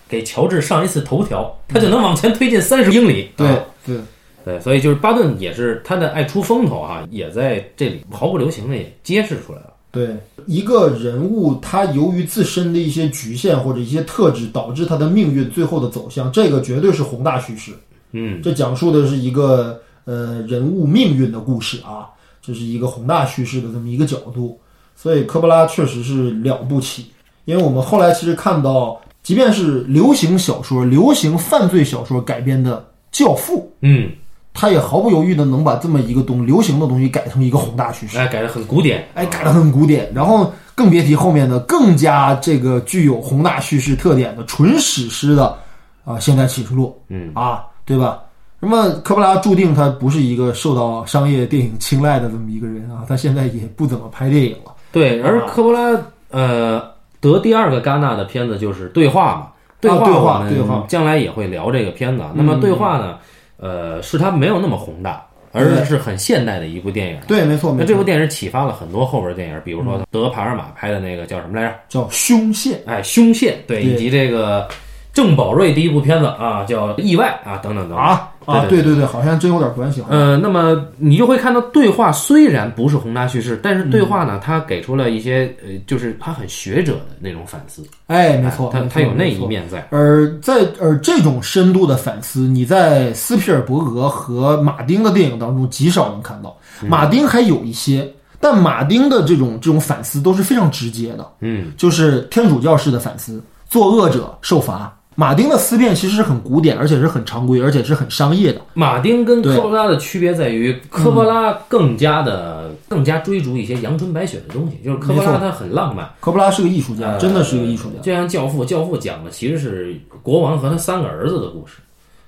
给乔治上一次头条，他就能往前推进三十英里。啊
对对，
对，所以就是巴顿也是他的爱出风头啊，也在这里毫不留情的也揭示出来了。
对一个人物，他由于自身的一些局限或者一些特质，导致他的命运最后的走向，这个绝对是宏大叙事。
嗯，
这讲述的是一个呃人物命运的故事啊，这是一个宏大叙事的这么一个角度。所以科波拉确实是了不起，因为我们后来其实看到，即便是流行小说、流行犯罪小说改编的《教父》，
嗯，
他也毫不犹豫的能把这么一个东流行的东西改成一个宏大叙事。
哎，改的很古典。
哎，改得很古典，然后更别提后面的更加这个具有宏大叙事特点的纯史诗的啊、现代启示录》，
嗯
啊，对吧？那么科波拉注定他不是一个受到商业电影青睐的这么一个人啊，他现在也不怎么拍电影了。
对，而科波拉呃得第二个戛纳的片子就是《对话》嘛，对
啊
话》
对
我
话
们
对话嗯
将来也会聊这个片子啊。那么《对话》呢，呃，是它没有那么宏大，而是很现代的一部电影。
对，没错，
那
没
这
错，
部电影启发了很多后边电影，比如
嗯
说德帕尔玛拍的那个叫什么来着？
叫胸腺，
哎，《胸腺》对，
对
以及这个郑宝瑞第一部片子啊叫《意外》啊，等等等等
啊啊，
对
对对对，好像真有点关系。啊。
呃，那么你就会看到，对话虽然不是宏大叙事，但是对话
嗯
呢，它给出了一些呃，就是他很学者的那种反思。
哎，没错，
他
没错
他有那
没
一
错
面在。
而在而这种深度的反思，你在斯皮尔伯格和马丁的电影当中极少能看到。
嗯
马丁还有一些，但马丁的这种这种反思都是非常直接的，
嗯，
就是天主教式的反思，作恶者受罚，马丁的思辨其实是很古典，而且是很常规，而且是很商业的。
马丁跟
对
科波拉的区别在于，科波拉更加的、更加追逐一些阳春白雪的东西，就是科波
没
拉
错
他很浪漫，
科布拉是个艺术家，
呃
真的是个艺术家。
就像《教父》，《教父》讲的其实是国王和他三个儿子的故事。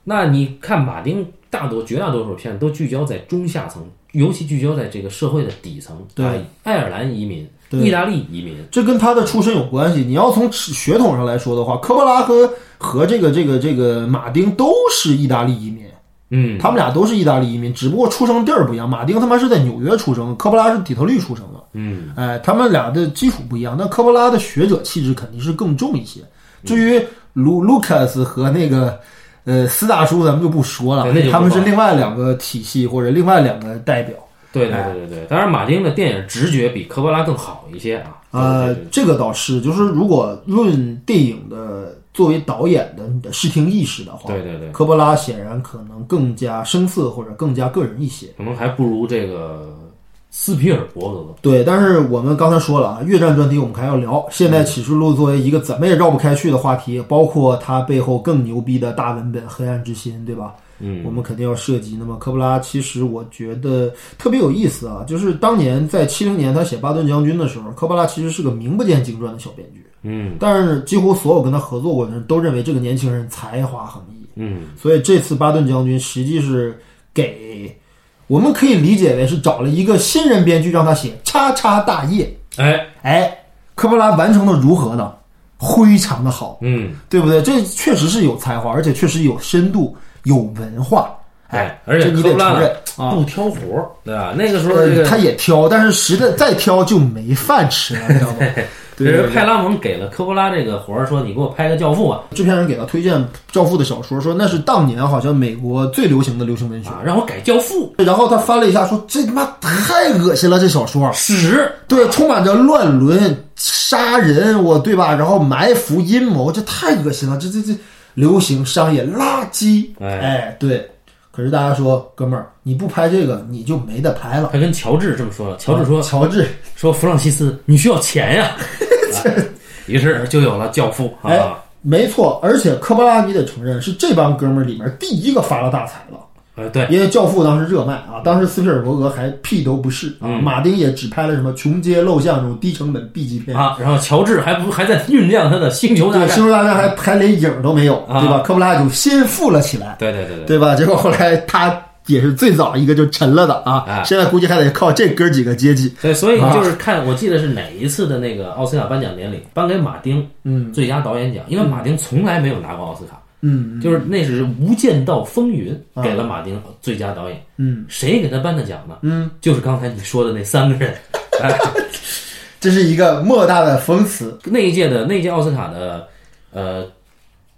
那你看马丁大多绝大多数片都聚焦在中下层，尤其聚焦在这个社会的底层，
对
啊爱尔兰移民、
对
意大利移民，
这跟他的出身有关系。你要从血统上来说的话，科波拉和和这个这个这个马丁都是意大利移民，
嗯，
他们俩都是意大利移民，只不过出生地儿不一样。马丁他妈是在纽约出生，科波拉是底特律出生的。
嗯，
哎，他们俩的基础不一样，但科波拉的学者气质肯定是更重一些。至于卢卢卡斯和那个呃斯大叔，咱们就不说了
对那就，不
他们是
说了
另外两个体系或者另外两个代表。
对对对对
哎
对。当然，马丁的电影直觉比科波拉更好一些啊。
呃
对对，对
这个倒是，就是如果论电影的作为导演的你的视听意识的话，
对对对
科波拉显然可能更加生涩或者更加个人一些。
可能还不如这个斯皮尔伯格。
对，但是我们刚才说了啊，越战专题我们还要聊。现在启示录作为一个怎么也绕不开去的话题，包括它背后更牛逼的大文本《黑暗之心》，对吧？
嗯
我们肯定要涉及。那么科布拉其实我觉得特别有意思啊，就是当年在七零年他写《巴顿将军》的时候，科布拉其实是个名不见经传的小编剧。
嗯
但是几乎所有跟他合作过的人都认为这个年轻人才华横溢，
嗯，
所以这次巴顿将军实际是给我们可以理解为是找了一个新人编剧让他写《叉叉大业
哎》。
哎，科波拉完成的如何呢？非常的好，
嗯
对不对？这确实是有才华，而且确实有深度、有文化。
哎，而且
这你
科
得
波拉
承认
呢
啊。
不挑活儿，对吧？那个时候这
呃，
个
他也挑，但是实在再挑就没饭吃了，你 知道吗？
这
对对
是
对
派拉蒙给了科波拉这个活儿，说你给我拍个《教父》啊，
制片人给他推荐《教父》的小说，说那是当年好像美国最流行的流行文学。
啊，让我改《教父》
然后他翻了一下，说这他妈太恶心了，这小说，
屎。
对，充满着乱伦、杀人，我对吧？然后埋伏、阴谋，这太恶心了，这这这流行商业垃圾，
哎
哎，对。可是大家说，哥们儿，你不拍这个，你就没得拍了。
他跟乔治这么
啊
说了，乔治说
乔治，
说弗朗西斯，你需要钱 呀、啊于是就有了《教父》
哎
啊。，
没错，而且科波拉，你得承认是这帮哥们儿里面第一个发了大财了。
呃，对，
因为《教父》当时热卖啊，当时斯皮尔伯格还屁都不是
嗯
啊，马丁也只拍了什么《穷街陋巷》这种低成本 B 级片，
啊，然后乔治还不还在酝酿他的星球
对，
大
《
战，
星球大战》还还连影儿都没有，
啊
对吧？科布拉就先富了起来，
对对对对，
对吧？结果后来他也是最早一个就沉了的啊
哎，
现在估计还得靠这哥几个接济。
对，所以就是看，我记得是哪一次的那个奥斯卡颁奖典礼，颁给马丁，
嗯，
最佳导演奖，因为马丁从来没有拿过奥斯卡，
嗯
就是那是《无间道风云》
啊
给了马丁最佳导演，
嗯
谁给他颁的奖呢？
嗯，
就是刚才你说的那三个人，哎
这是一个莫大的讽刺。
那一届的那一届奥斯卡的，呃，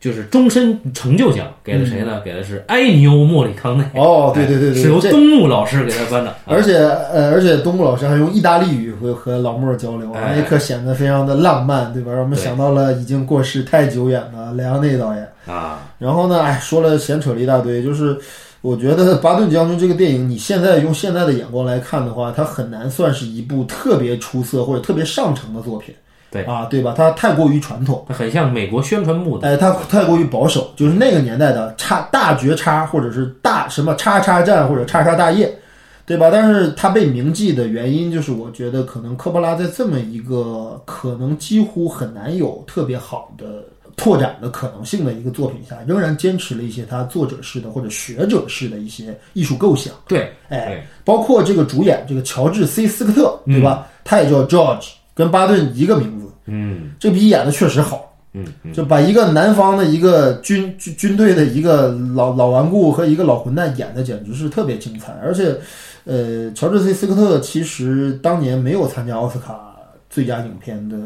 就是终身成就奖给了谁呢？给的是埃尼欧·莫里康内，
嗯哦，对对对
是由
对，这。
东木老师给他颁的，
而且，呃，而且东木老师还用意大利语和和老莫交流啊，
哎
那一刻显得非常的浪漫，对吧？让我们
对
想到了已经过世太久远的莱昂内导演。
啊，
然后呢，哎，说了闲扯了一大堆，就是我觉得《巴顿将军》这个电影，你现在用现在的眼光来看的话，它很难算是一部特别出色或者特别上乘的作品。
对
啊，对吧？它太过于传统，
他很像美国宣传部的，
哎，它太过于保守，就是那个年代的叉大绝叉，或者是大什么叉叉战或者叉叉大业，对吧？但是它被铭记的原因，就是我觉得可能科波拉在这么一个可能几乎很难有特别好的拓展的可能性的一个作品下，仍然坚持了一些他作者式的或者学者式的一些艺术构想。
对，
哎，包括这个主演这个乔治 C 斯科特，对吧？他也叫 George，跟巴顿一个名字，
嗯
这逼演的确实好。
嗯嗯，
就把一个南方的一个军军军队的一个老老顽固和一个老混蛋演的简直是特别精彩，而且，呃，乔治 C 斯科特其实当年没有参加奥斯卡最佳影片的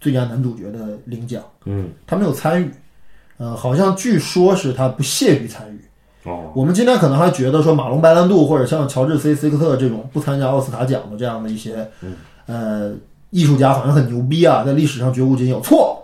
最佳男主角的领奖，
嗯，
他没有参与，呃，好像据说是他不屑于参与。
哦，
我们今天可能还觉得说马龙白兰度或者像乔治 C 斯科特这种不参加奥斯卡奖的这样的一些，
嗯
呃，艺术家好像很牛逼啊，在历史上绝无仅 有。错，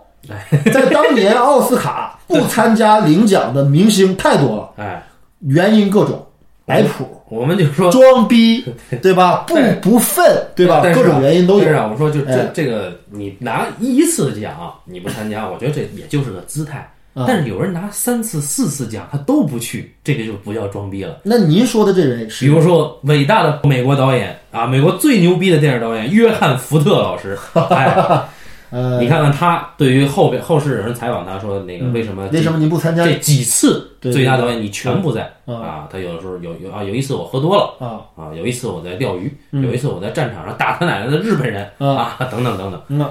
在当年奥斯卡不参加领奖的明星太多了，
哎，
原因各种，摆谱、
我们就说
装 逼，对吧？不
嗯对
不忿，对吧？
但是
各
啊
种原因都
但是
有。
啊，我说就这
哎
这个，你拿一次奖你不参加，我觉得这也就是个姿态。
嗯
但是有人拿三次、四次奖，他都不去，这个就不叫装逼了。
那您说的这位
比
是
如说，伟大的美国导演啊，美国最牛逼的电影导演约翰·福特老 师，哎，
呃，
你看看他对于后边后世有人采访他说那个为什么
嗯为什么您不参加
这几次最佳导演你全不在
嗯
啊？他有的时候有有啊，有一次我喝多了
啊？
啊，有一次我在钓鱼，有一次我在战场上打他奶奶的日本人
嗯
啊，等等等等。
那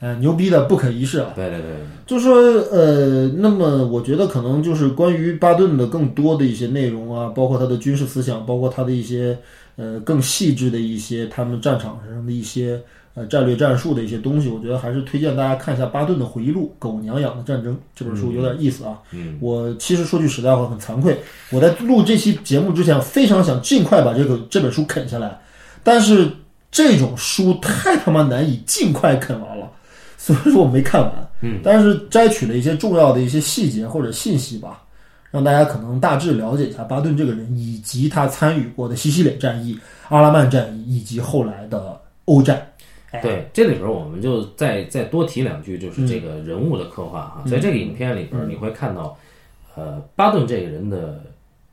哎，牛逼的不可一世啊！
对对对，
就说呃，那么我觉得可能就是关于巴顿的更多的一些内容啊，包括他的军事思想，包括他的一些呃更细致的一些他们战场上的一些呃战略战术的一些东西，我觉得还是推荐大家看一下巴顿的回忆录《狗娘养的战争》这本书，有点意思啊。
嗯，
我其实说句实在话，很惭愧，我在录这期节目之前，非常想尽快把这个这本书啃下来，但是这种书太他妈难以尽快啃完了，所以说我没看完。
嗯，
但是摘取了一些重要的一些细节或者信息吧，让大家可能大致了解一下巴顿这个人，以及他参与过的西西里战役、阿拉曼战役，以及后来的欧战。
对，这里边我们就再再多提两句，就是
嗯
这个人物的刻画哈，在这个影片里边你会看到，呃，巴顿这个人的，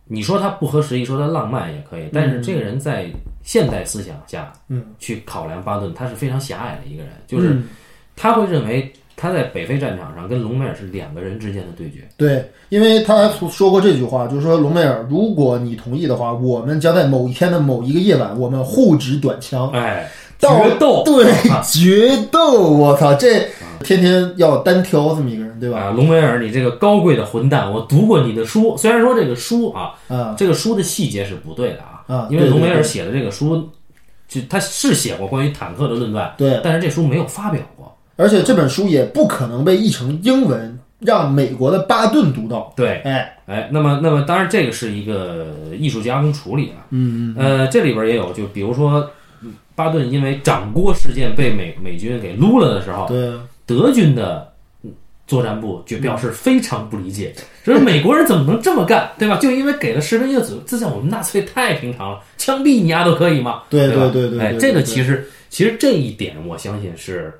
你说他不合时宜，说他浪漫也可以，但是这个人在现代思想下，
嗯，
去考量巴顿，他是非常狭隘的一个人，就是他会认为他在北非战场上跟隆美尔是两个人之间的对决，
对，因为他还说过这句话，就是说隆美尔，如果你同意的话，我们将在某一天的某一个夜晚，我们互掷短枪，
哎，
到
决斗，
哦
啊
对，决斗！我操，这天天要单挑这么一个人，对吧？
啊，隆美尔，你这个高贵的混蛋，我读过你的书，虽然说这个书啊，
啊，
这个书的细节是不对的啊，
啊
因为
对对
隆美尔
对
写的这个书，就他是写过关于坦克的论断，
对，
但是这书没有发表过。
而且这本书也不可能被译成英文，让美国的巴顿读到。
对，
哎，
哎，那么那么当然这个是一个艺术加工处理啊，嗯嗯，呃，这里边也有，就比如说嗯巴顿因为掌锅事件被美美军给撸了的时候，
对，
德军的嗯作战部就表示非常不理解，说美国人怎么能这么干，对吧？就因为给了士兵一个自由，这在我们纳粹太平常了，枪毙你丫都可以吗？
对
吧
对对对
哎，
对
这个
对
其实其实这一点，我相信是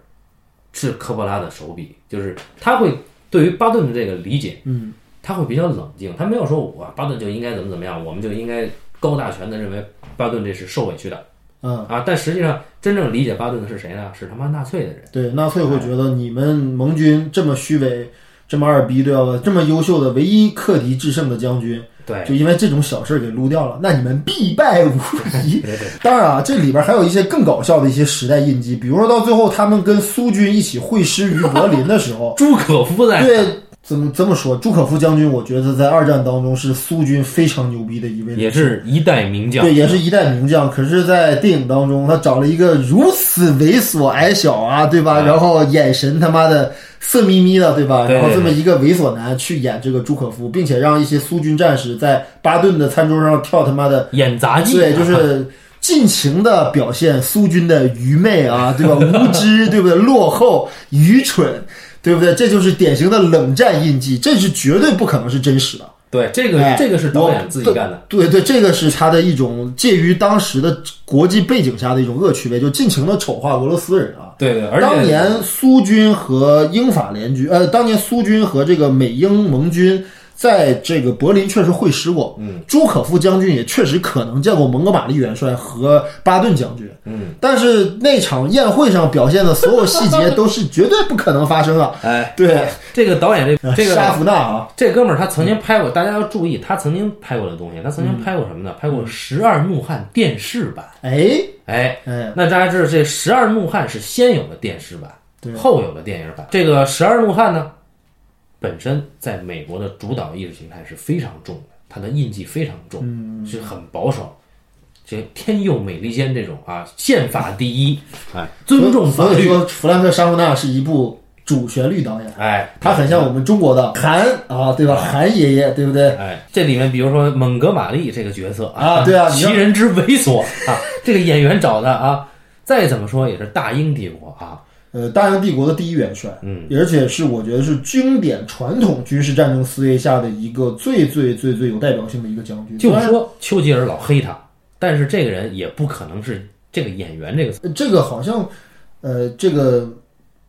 是科波拉的手笔，就是他会对于巴顿的这个理解，
嗯，
他会比较冷静，他没有说我巴顿就应该怎么怎么样，我们就应该高大全的认为巴顿这是受委屈的
嗯，
啊，但实际上真正理解巴顿的是谁呢？是他妈纳粹的人。
对，纳粹会觉得你们盟军这么虚伪，这么二逼，对吧？这么优秀的唯一克敌制胜的将军，
对，
就因为这种小事儿给撸掉了，那你们必败无疑。
对对，
当然啊，这里边还有一些更搞笑的一些时代印记，比如说到最后他们跟苏军一起会师于柏林的时候
朱可夫在
对。怎么这么说？朱可夫将军，我觉得在二战当中是苏军非常牛逼的一位
也是一代名将，
对，也是一代名将。可是，在电影当中，他找了一个如此猥琐矮小啊，对吧？然后眼神他妈的色眯眯的，对吧？
对
然后这么一个猥琐男去演这个朱可夫，并且让一些苏军战士在巴顿的餐桌上跳他 妈的，
演杂技，
对，就是。尽情的表现苏军的愚昧啊， 对吧？无知，对不对？落后、愚蠢，对不对？这就是典型的冷战印记，这是绝对不可能是真实的。
对这个、
哎
这个是导演自己干的。
对对，这个是他的一种介于当时的国际背景下的一种恶趣味，就尽情的丑化俄罗斯人啊。
对对，而且
当年苏军和英法联军，呃，当年苏军和这个美英盟军在这个柏林确实会师过，嗯，朱可夫将军也确实可能见过蒙哥马利元帅和巴顿将军，
嗯，
但是那场宴会上表现的所有细节都是绝对不可能发生啊 的。
哎，
对，
这个导演这这
沙
个
夫纳啊，
这哥们儿他曾经拍过，大家要注意，他曾经拍过的东西，他曾
嗯
经拍过什么呢？拍过《十二怒汉》电视版。
哎
哎，
哎，
那大家知道这《十二怒汉》是先有的电视版，
对
后有的电影版。这个《十二怒汉》呢，本身在美国的主导意识形态是非常重的，它的印记非常重，
嗯
是很保守。这天佑美利坚这种啊，宪法第一，哎，尊重法
所以
律，
说，弗兰克·沙夫纳是一部主旋律导演，
哎，
他很像我们中国的韩啊，对吧？韩爷爷，对不对？
哎，这里面比如说蒙哥马利这个角色
啊对啊你要
其人之猥琐啊，这个演员找的啊，再怎么说也是大英帝国啊，
呃，大英帝国的第一元帅，
嗯，
而且是我觉得是经典传统军事战争思维下的一个最最最最有代表性的一个将军。
就
虽然
说丘吉尔老黑他，但是这个人也不可能是这个演员这个
呃这个好像，呃，这个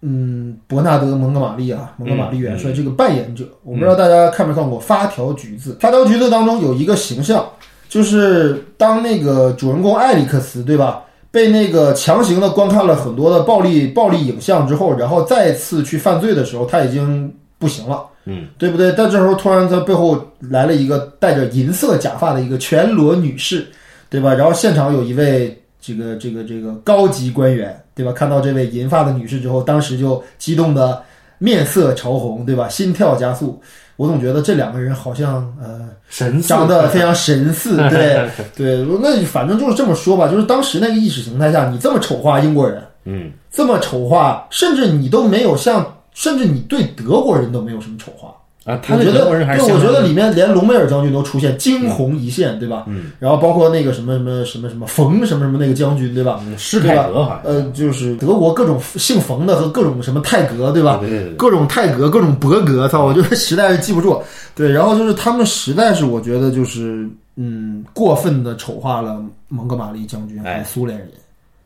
嗯，伯纳德·蒙哥马利啊，蒙哥马利元帅这个扮演者，我不知道大家看没看过《发条橘子》。《发条橘子》当中有一个形象，就是当那个主人公艾利克斯，对吧？被那个强行的观看了很多的暴力暴力影像之后，然后再次去犯罪的时候，他已经不行了，
嗯，
对不对？但这时候突然他背后来了一个戴着银色假发的一个全裸女士，对吧？然后现场有一位这个这个这个高级官员，对吧？看到这位银发的女士之后，当时就激动的面色潮红，对吧？心跳加速。我总觉得这两个人好像呃
神似
长得非常神似， 对对，那反正就是这么说吧，就是当时那个意识形态下，你这么丑化英国人，
嗯
这么丑化，甚至你都没有像，甚至你对德国人都没有什么丑化。
啊，他
我
对
觉得，
德国人还是
对，我觉
相
得
当
里面连隆美尔将军都出现，惊鸿一现，对吧？
嗯，
然后包括那个什么什么什么什么冯什么什么那个将军，对吧？
嗯施凯德好像
呃，就是德国各种姓冯的和各种什么泰格，对吧？
对对呃对对
各种泰格，各种伯格，操，我觉得 实在是记不住。对，然后就是他们实在是，我觉得就是嗯，过分的丑化了蒙哥马利将军
哎
和苏联人，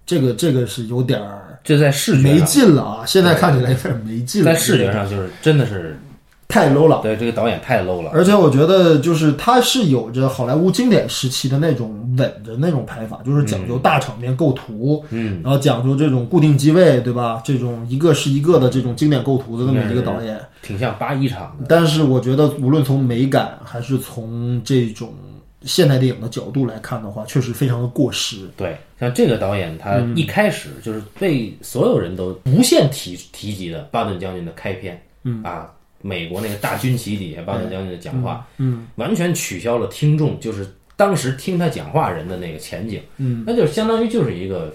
这个这个是有点儿
这在视觉
没
上，
劲了啊！现在看起来有点没劲了，
在视觉上就是真的是
太 low 了。
对这个导演太 low 了，
而且我觉得，就是它是有着好莱坞经典时期的那种稳的那种拍法，就是讲究大场面构图，
嗯，
然后讲究这种固定机位，对吧？这种一个是一个的这种经典构图的这么一个导演。
挺像八一厂的，
但是我觉得，无论从美感还是从这种现代电影的角度来看的话，确实非常的过时。
对，像这个导演他一开始就是被所有人都无限提提及的巴顿将军的开篇，嗯啊。美国那个大军旗底下，巴顿将军的讲话，嗯，完全取消了听众，就是当时听他讲话人的那个前景，嗯，那就相当于就是一个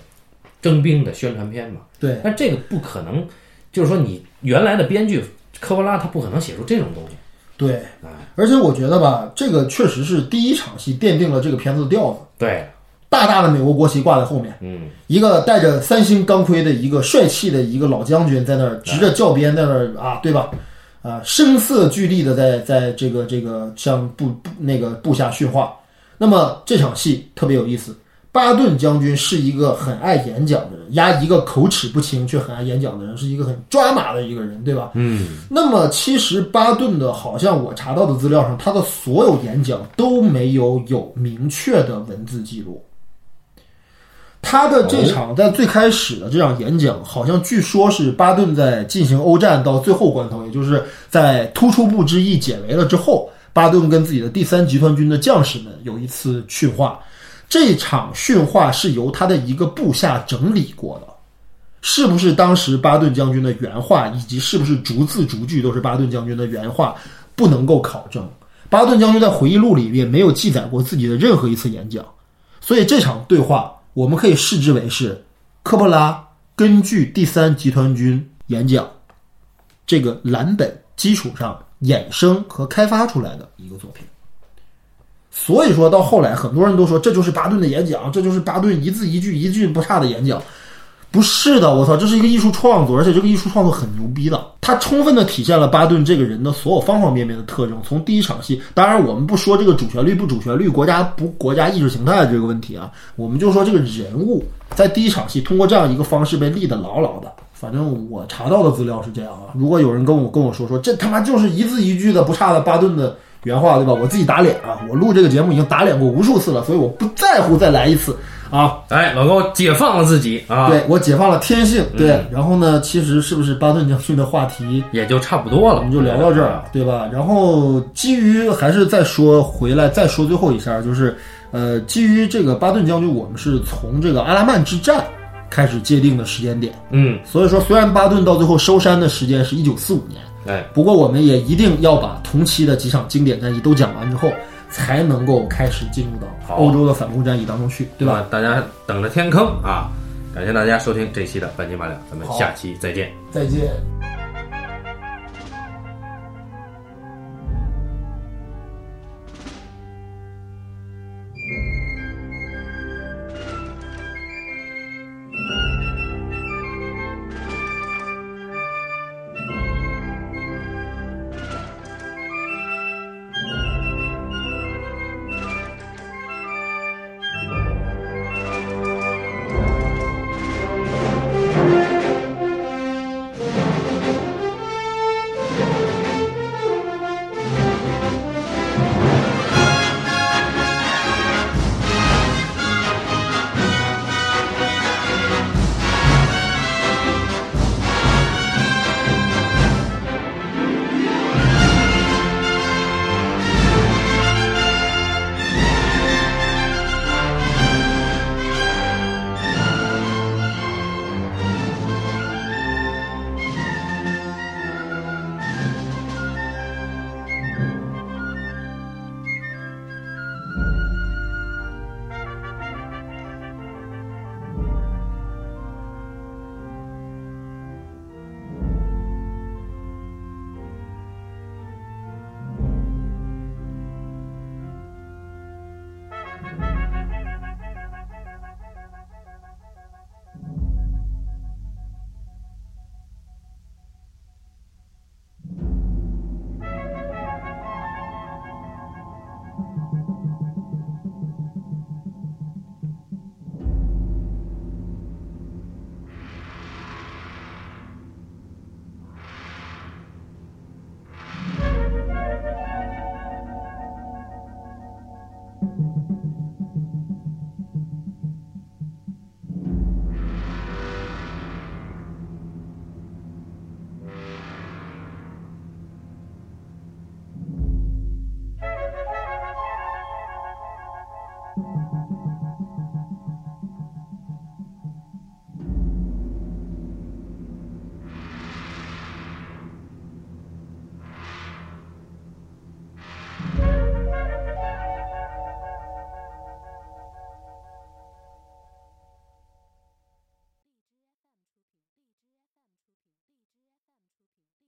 征兵的宣传片嘛，
对，
但这个不可能，就是说你原来的编剧科波拉他不可能写出这种东西。
对，而且我觉得吧，这个确实是第一场戏奠定了这个片子的调子，
对，
大大的美国国旗挂在后面。
嗯，
一个戴着三星钢盔的一个帅气的一个老将军在那儿执着教鞭在那儿啊，对吧？啊，声色俱厉的在在这个这个向部部那个部下训话。那么这场戏特别有意思，巴顿将军是一个很爱演讲的人，压一个口齿不清却很爱演讲的人，是一个很抓马的一个人，对吧？嗯。那么其实巴顿的，好像我查到的资料上，他的所有演讲都没有有明确的文字记录。他的这场在最开始的这场演讲，好像据说是巴顿在进行欧战到最后关头，也就是在突出部之役解围了之后，巴顿跟自己的第三集团军的将士们有一次训话。这场训话是由他的一个部下整理过的，是不是当时巴顿将军的原话，以及是不是逐字逐句都是巴顿将军的原话，不能够考证。巴顿将军在回忆录里面没有记载过自己的任何一次演讲，所以这场对话我们可以视之为是科波拉根据第三集团军演讲这个蓝本基础上衍生和开发出来的一个作品。所以说到后来，很多人都说这就是巴顿的演讲，这就是巴顿一字一句一句不差的演讲。不是的，我操，这是一个艺术创作，而且这个艺术创作很牛逼的，它充分的体现了巴顿这个人的所有方方面面的特征。从第一场戏，当然我们不说这个主旋律不主旋律、国家不国家意识形态这个问题啊，我们就说这个人物在第一场戏通过这样一个方式被立得牢牢的。反正我查到的资料是这样啊，如果有人跟我跟我说说这他妈就是一字一句的不差的巴顿的原话，对吧？我自己打脸啊，我录这个节目已经打脸过无数次了，所以我不在乎再来一次啊。
哎，老高解放了自己啊，嗯
对我解放了天性，对。然后呢，其实是不是巴顿将军的话题，
也就差不多了，
我们就聊到这儿
嗯
了，对吧？然后基于还是再说回来，再说最后一下，就是呃，基于这个巴顿将军，我们是从这个阿拉曼之战开始界定的时间点。
嗯，
所以说，虽然巴顿到最后收山的时间是一九四五年，
哎，
不过我们也一定要把同期的几场经典战役都讲完之后，才能够开始进入到
好
欧洲的反攻战役当中去，对吧？
吧？大家等着填坑啊！感谢大家收听这期的半斤八两，咱们
好
下期再见。
再见。